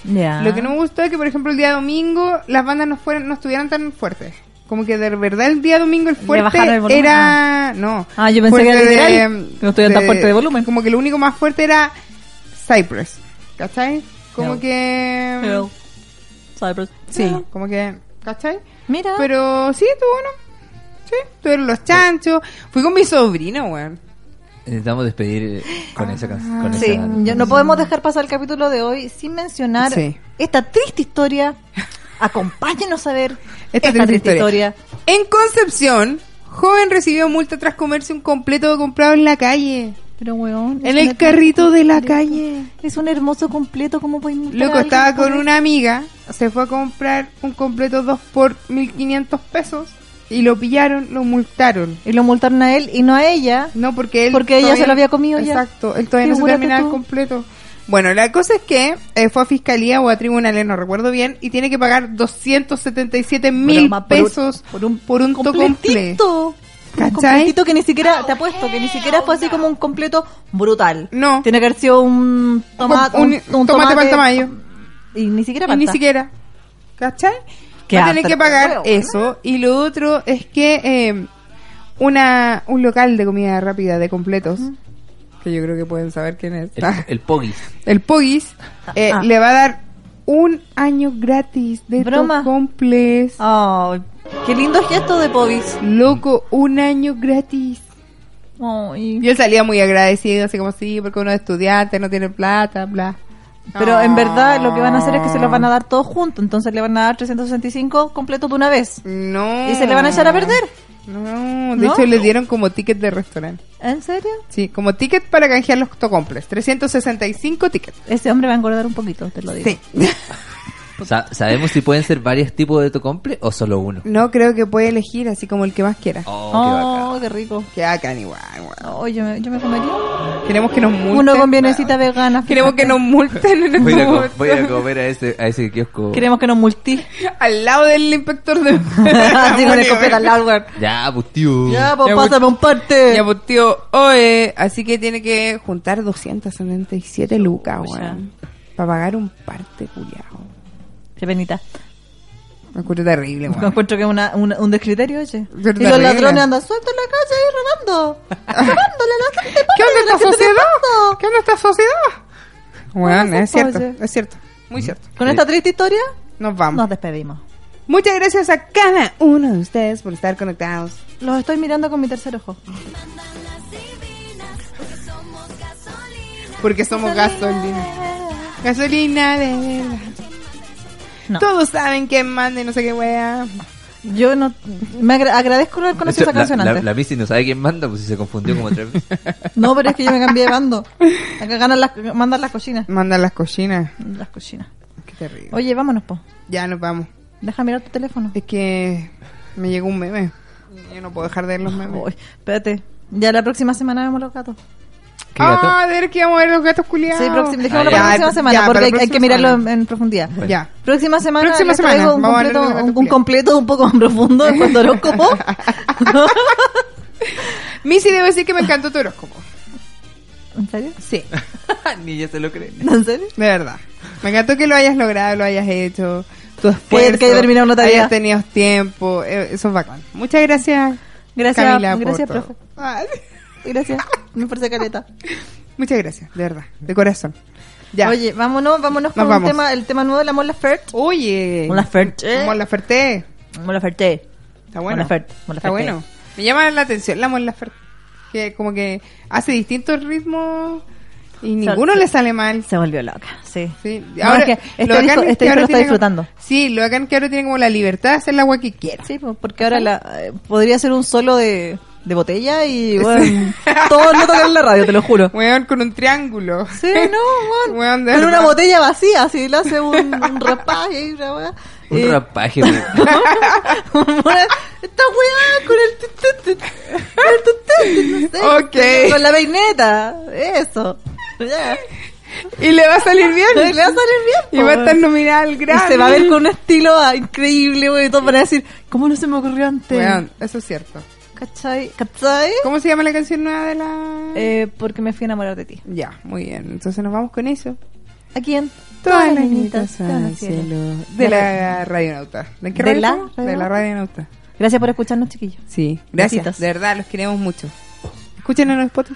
Speaker 4: ya.
Speaker 3: Lo que no me gustó es que, por ejemplo, el día domingo las bandas no fueran, no estuvieran tan fuertes. Como que de verdad el día domingo el fuerte
Speaker 4: bajaron el volumen?
Speaker 3: era... No.
Speaker 4: Ah, yo pensé que era
Speaker 3: Fuerte
Speaker 4: literal, que no estuvieran tan fuerte de volumen.
Speaker 3: Como que lo único más fuerte era Cypress. ¿Cachai? Como
Speaker 4: Hell.
Speaker 3: que...
Speaker 4: Hell. Cypress.
Speaker 3: Sí, como que... ¿Cachai?
Speaker 4: Mira.
Speaker 3: Pero sí, estuvo uno. Sí, estuvieron los chanchos. Fui con mi sobrino, weón.
Speaker 5: Necesitamos despedir eh, con esa canción. con
Speaker 4: Ah, Sí,
Speaker 5: esa-
Speaker 4: yo- no podemos dejar pasar el capítulo de hoy sin mencionar
Speaker 3: Sí.
Speaker 4: esta triste historia. Acompáñenos a ver esta, triste, historia.
Speaker 3: En Concepción, joven recibió multa tras comerse un completo comprado en la calle.
Speaker 4: Pero, weón. es
Speaker 3: En
Speaker 4: una-
Speaker 3: el carrito de la calle.
Speaker 4: Es un hermoso completo, como pueden multar a
Speaker 3: Loco,
Speaker 4: alguien
Speaker 3: estaba
Speaker 4: por
Speaker 3: con
Speaker 4: eso?
Speaker 3: una amiga, se fue a comprar un completo 2 por 1500 pesos y lo pillaron, lo multaron.
Speaker 4: Y lo multaron a él y no a ella.
Speaker 3: No, porque él.
Speaker 4: Porque ella
Speaker 3: todavía-
Speaker 4: se lo había comido ya.
Speaker 3: Exacto, él todavía no se
Speaker 4: Figúrate
Speaker 3: terminaba el
Speaker 4: tú.
Speaker 3: completo. Bueno, la cosa es que eh, fue a fiscalía o a tribunales, no recuerdo bien, y tiene que pagar 277 mil
Speaker 4: Broma, por un-
Speaker 3: pesos
Speaker 4: por un,
Speaker 3: por un to completo.
Speaker 4: completito.
Speaker 3: ¿Cachai?
Speaker 4: Un completito que ni siquiera, te apuesto, que ni siquiera fue así como un completo brutal.
Speaker 3: No.
Speaker 4: Tiene que haber sido un tomate.
Speaker 3: un- un tomate pal tamaño.
Speaker 4: Y ni siquiera
Speaker 3: Y ni
Speaker 4: palta.
Speaker 3: siquiera. ¿Cachai?
Speaker 4: Qué
Speaker 3: Va a tener
Speaker 4: after-
Speaker 3: que pagar
Speaker 4: huevo,
Speaker 3: eso. Y lo otro em, es que eh, una un local de comida rápida de completos que yo creo que pueden saber quién es,
Speaker 5: El, el Poggy.
Speaker 3: el Pogis, eh,
Speaker 4: Ah.
Speaker 3: le va a dar un año gratis de
Speaker 4: Broma. Ah.
Speaker 3: complex.
Speaker 4: Ay, qué lindo gesto de Pobis.
Speaker 3: Loco, un año gratis.
Speaker 4: Ay.
Speaker 3: Y él salía muy agradecido, así como sí, porque uno es estudiante, no tiene plata, bla.
Speaker 4: Pero en verdad lo que van a hacer es que se los van a
Speaker 3: dar.
Speaker 4: dar todos juntos. Entonces le van a dar 365 completos de una vez.
Speaker 3: No.
Speaker 4: Y se le van a echar a perder.
Speaker 3: No, de
Speaker 4: ¿No?
Speaker 3: hecho le dieron como ticket de restaurante.
Speaker 4: ¿En serio?
Speaker 3: Sí, como ticket para canjear los tocomples. 365 tickets.
Speaker 4: Ese hombre va a engordar un poquito, te lo digo.
Speaker 5: Sa- ¿Sabemos si pueden ser varios tipos de tocomple o solo uno?
Speaker 3: No creo que puede elegir así como el que más quiera.
Speaker 5: Oh, qué bacán.
Speaker 4: Oh, qué, rico.
Speaker 3: Que hagan igual, igual.
Speaker 4: Oh, yo, me, yo me comería
Speaker 3: Queremos que nos multen.
Speaker 4: uno con vienesita vegana.
Speaker 3: Ah. Queremos que nos multen en
Speaker 5: Voy
Speaker 3: este
Speaker 5: a, ir a co-
Speaker 3: momento.
Speaker 5: voy a ir a comer a ese, a ese kiosco.
Speaker 4: Oh. Queremos que nos multi.
Speaker 3: Al lado del inspector de.
Speaker 4: Así con escopeta al lado, weón.
Speaker 5: Ya, pues tío.
Speaker 4: Ya, pues
Speaker 3: Ya, pues-
Speaker 4: pásame un parte.
Speaker 3: Ya, pues, tío, oe. Así que tiene que juntar 277 lucas, weón. Para pagar un parte, culiao.
Speaker 4: Qué penita.
Speaker 3: Me encuentro terrible,
Speaker 4: Me
Speaker 3: weón.
Speaker 4: encuentro que es una, una- un descriterio, oye. Y
Speaker 3: Pero
Speaker 4: los
Speaker 3: terrible.
Speaker 4: ladrones andan sueltos en la calle ahí robando. Robándole a la gente.
Speaker 3: ¿Qué onda
Speaker 4: la
Speaker 3: esta
Speaker 4: gente
Speaker 3: sociedad?
Speaker 4: robando.
Speaker 3: ¿Qué onda esta sociedad? Weón,
Speaker 4: Vamos,
Speaker 3: es cierto,
Speaker 4: oye.
Speaker 3: es cierto. Muy cierto.
Speaker 4: Con esta triste historia,
Speaker 3: Nos vamos.
Speaker 4: nos despedimos.
Speaker 3: Muchas gracias a cada uno de ustedes por estar conectados.
Speaker 4: Los estoy mirando con mi tercer ojo.
Speaker 3: Porque somos gasolina. Gasolina de verdad.
Speaker 4: No.
Speaker 3: Todos saben que mande no sé qué wea.
Speaker 4: Yo no. Me agra- agradezco haber
Speaker 5: De
Speaker 4: conocido
Speaker 5: hecho,
Speaker 4: esa
Speaker 5: la,
Speaker 4: canción
Speaker 5: la-
Speaker 4: antes.
Speaker 5: la Missy no sabe quién manda, pues si se confundió como tres veces.
Speaker 4: No, pero es que yo me cambié de bando. Acá ganan las, mandan las cocinas.
Speaker 3: Manda las cochinas.
Speaker 4: Las cocinas.
Speaker 3: Qué terrible.
Speaker 4: Oye, vámonos, po.
Speaker 3: Ya nos vamos.
Speaker 4: Deja mirar tu teléfono.
Speaker 3: Es que me llegó un meme. Yo no puedo dejar de ver los memes.
Speaker 4: Uy, espérate. Ya la próxima semana vemos los gatos.
Speaker 5: ¿Qué gato?
Speaker 3: Ah, de ver que íbamos a ver los gatos culiados.
Speaker 4: Sí, próxim- dejémoslo
Speaker 5: Ah, ya.
Speaker 4: para la próxima
Speaker 3: Ya,
Speaker 4: semana
Speaker 3: para
Speaker 4: porque
Speaker 3: la
Speaker 4: hay- hay
Speaker 3: próxima
Speaker 4: que mirarlo en,
Speaker 3: semana.
Speaker 4: en profundidad.
Speaker 3: Ya.
Speaker 4: Próxima semana,
Speaker 3: Próxima
Speaker 4: les traigo
Speaker 3: semana,
Speaker 4: un,
Speaker 3: vamos a
Speaker 4: completo,
Speaker 3: hablar de
Speaker 4: un,
Speaker 3: gatos
Speaker 4: un completo un poco más profundo de cuanto horóscopo.
Speaker 3: Missy, debo decir que me encantó tu horóscopo.
Speaker 4: ¿En serio?
Speaker 3: Sí,
Speaker 5: Ni ella se lo cree.
Speaker 4: ¿En serio?
Speaker 3: de verdad. Me encantó que lo hayas logrado, lo hayas hecho. Tu esfuerzo.
Speaker 4: que haya terminado una tarea.
Speaker 3: Hayas tenido tiempo. eh, Eso es bacán. Muchas gracias,
Speaker 4: Gracias,
Speaker 3: Camila. por
Speaker 4: gracias,
Speaker 3: todo.
Speaker 4: profe.
Speaker 3: Ay,
Speaker 4: Gracias. Me parece careta.
Speaker 3: muchas gracias, de verdad. De corazón. Ya.
Speaker 4: Oye, vámonos, vámonos
Speaker 3: Nos
Speaker 4: con un
Speaker 3: vamos.
Speaker 4: tema, el tema nuevo de la Mola Fert.
Speaker 3: Oye.
Speaker 4: Mola Fert.
Speaker 3: Como la Ferté.
Speaker 4: Mola Ferté.
Speaker 3: Está bueno.
Speaker 4: Mon Laferte, Mon
Speaker 3: Está
Speaker 4: Laferte.
Speaker 3: bueno. Me llama la atención la Mon Laferte, Que como que hace distintos ritmos y ninguno
Speaker 4: sí.
Speaker 3: le sale mal.
Speaker 4: Se volvió loca, sí.
Speaker 3: Sí.
Speaker 4: No, es que este
Speaker 3: lo bacán
Speaker 4: disco-
Speaker 3: es
Speaker 4: este disco
Speaker 3: que ahora
Speaker 4: lo está
Speaker 3: tiene-
Speaker 4: disfrutando.
Speaker 3: Sí, lo bacán es que ahora tiene como la libertad de hacer la agua que quiera.
Speaker 4: Sí, pues, porque ahora la, eh, podría ser un solo de, de botella y, bueno, todos no tocan la radio, te lo juro.
Speaker 3: Weón con un triángulo.
Speaker 4: Sí, no,
Speaker 3: Weón,
Speaker 4: weón.
Speaker 3: de
Speaker 4: Con una
Speaker 3: verdad.
Speaker 4: botella vacía, así le hace un, un rapaje y una weá.
Speaker 5: Un
Speaker 4: Eh,
Speaker 5: rapaje, güey.
Speaker 4: una- Esta weá con el tu- tu- tu- el tu- tu- no sé,
Speaker 3: Ok.
Speaker 4: Con la peineta. Eso. Ya.
Speaker 3: Y le va a salir bien.
Speaker 4: Le va a salir bien,
Speaker 3: Y
Speaker 4: po,
Speaker 3: va a
Speaker 4: weón.
Speaker 3: estar nominada al
Speaker 4: Y
Speaker 3: Grammy.
Speaker 4: se va a ver con un estilo ah, increíble, weón. Y todos van a decir, ¿cómo no se me ocurrió antes?
Speaker 3: Weón, eso es cierto.
Speaker 4: ¿Cachai? ¿Cachai?
Speaker 3: ¿Cómo se llama la canción nueva de la...?
Speaker 4: Eh, porque me fui a enamorar de ti.
Speaker 3: Ya, muy bien. Entonces nos vamos con eso.
Speaker 4: ¿A quién?
Speaker 3: Todas las
Speaker 4: niñitas
Speaker 3: niñitas al cielo. De la radionauta. ¿De qué
Speaker 4: ¿De
Speaker 3: radio
Speaker 4: la
Speaker 3: somos? De la
Speaker 4: radionauta?
Speaker 3: radionauta.
Speaker 4: Gracias por escucharnos, chiquillos.
Speaker 3: Sí, gracias.
Speaker 4: Besitos.
Speaker 3: De verdad, los queremos mucho. Escúchenos en Spotify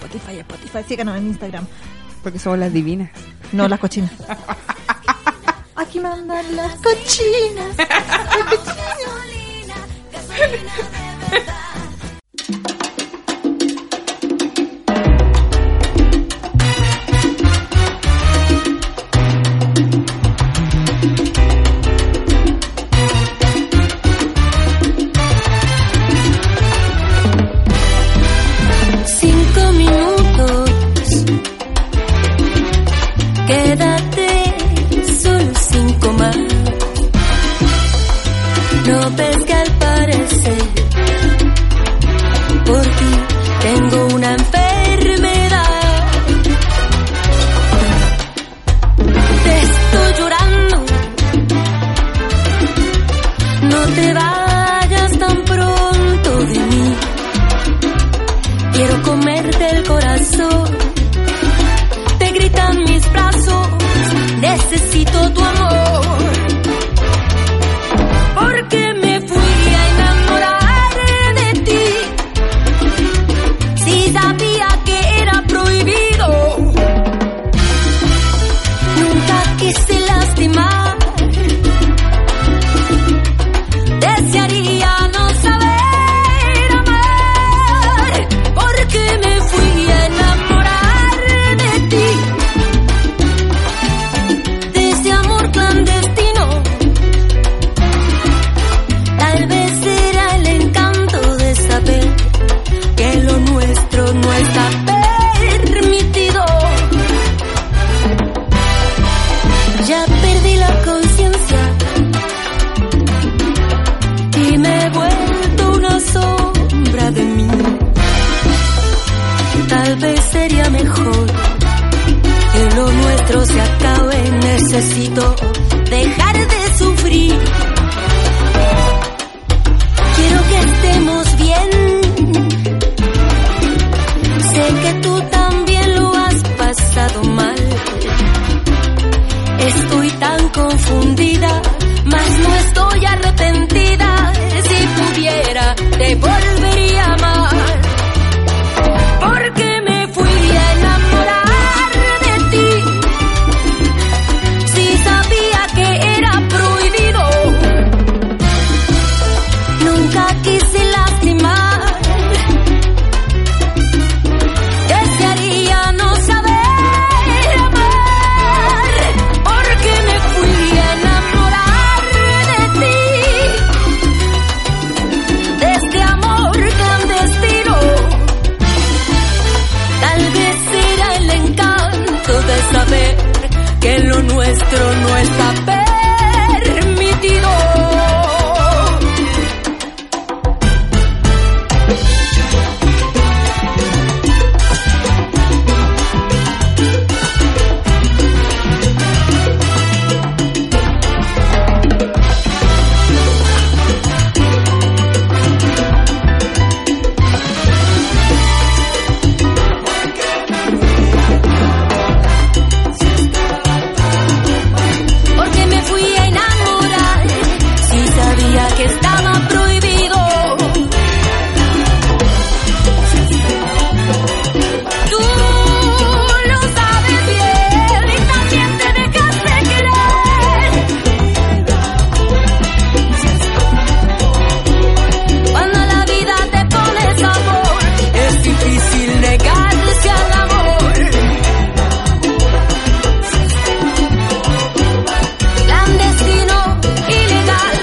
Speaker 4: Spotify, Spotify, síganos en Instagram.
Speaker 3: porque somos las divinas.
Speaker 4: No, las cochinas. Aquí mandan las cochinas.
Speaker 7: Cinco minutos. Quédate solo cinco más. No ves que al parecer necesito dejar de sufrir. Quiero que estemos bien. Sé que tú también lo has pasado mal. Estoy tan confundida, mas no estoy arrepentida. Si pudiera, te volvería a amar. Porque me fui a enamorar de ti. Si sabía que era prohibido, nunca quise lastimar. Desearía no saber amar, porque me fui a enamorar de ti. De este amor clandestino. Tal vez será el encanto de saber que lo nuestro no está permitido. Porque me fui a enamorar si sabía que estaba prohibido. Tú lo sabes bien y también te dejaste querer. Cuando la vida te pone sabor, es difícil negarse al amor. Clandestino, ilegal,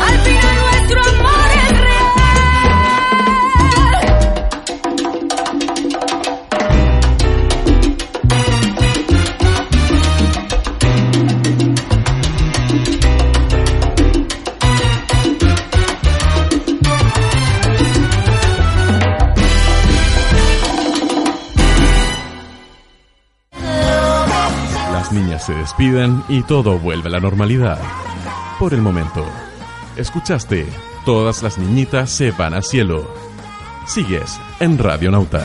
Speaker 7: al final nuestro amor es real.
Speaker 1: Las niñas se despiden y todo vuelve a la normalidad. Por el momento, escuchaste, todas las niñitas se van al cielo. Sigues en Radionauta.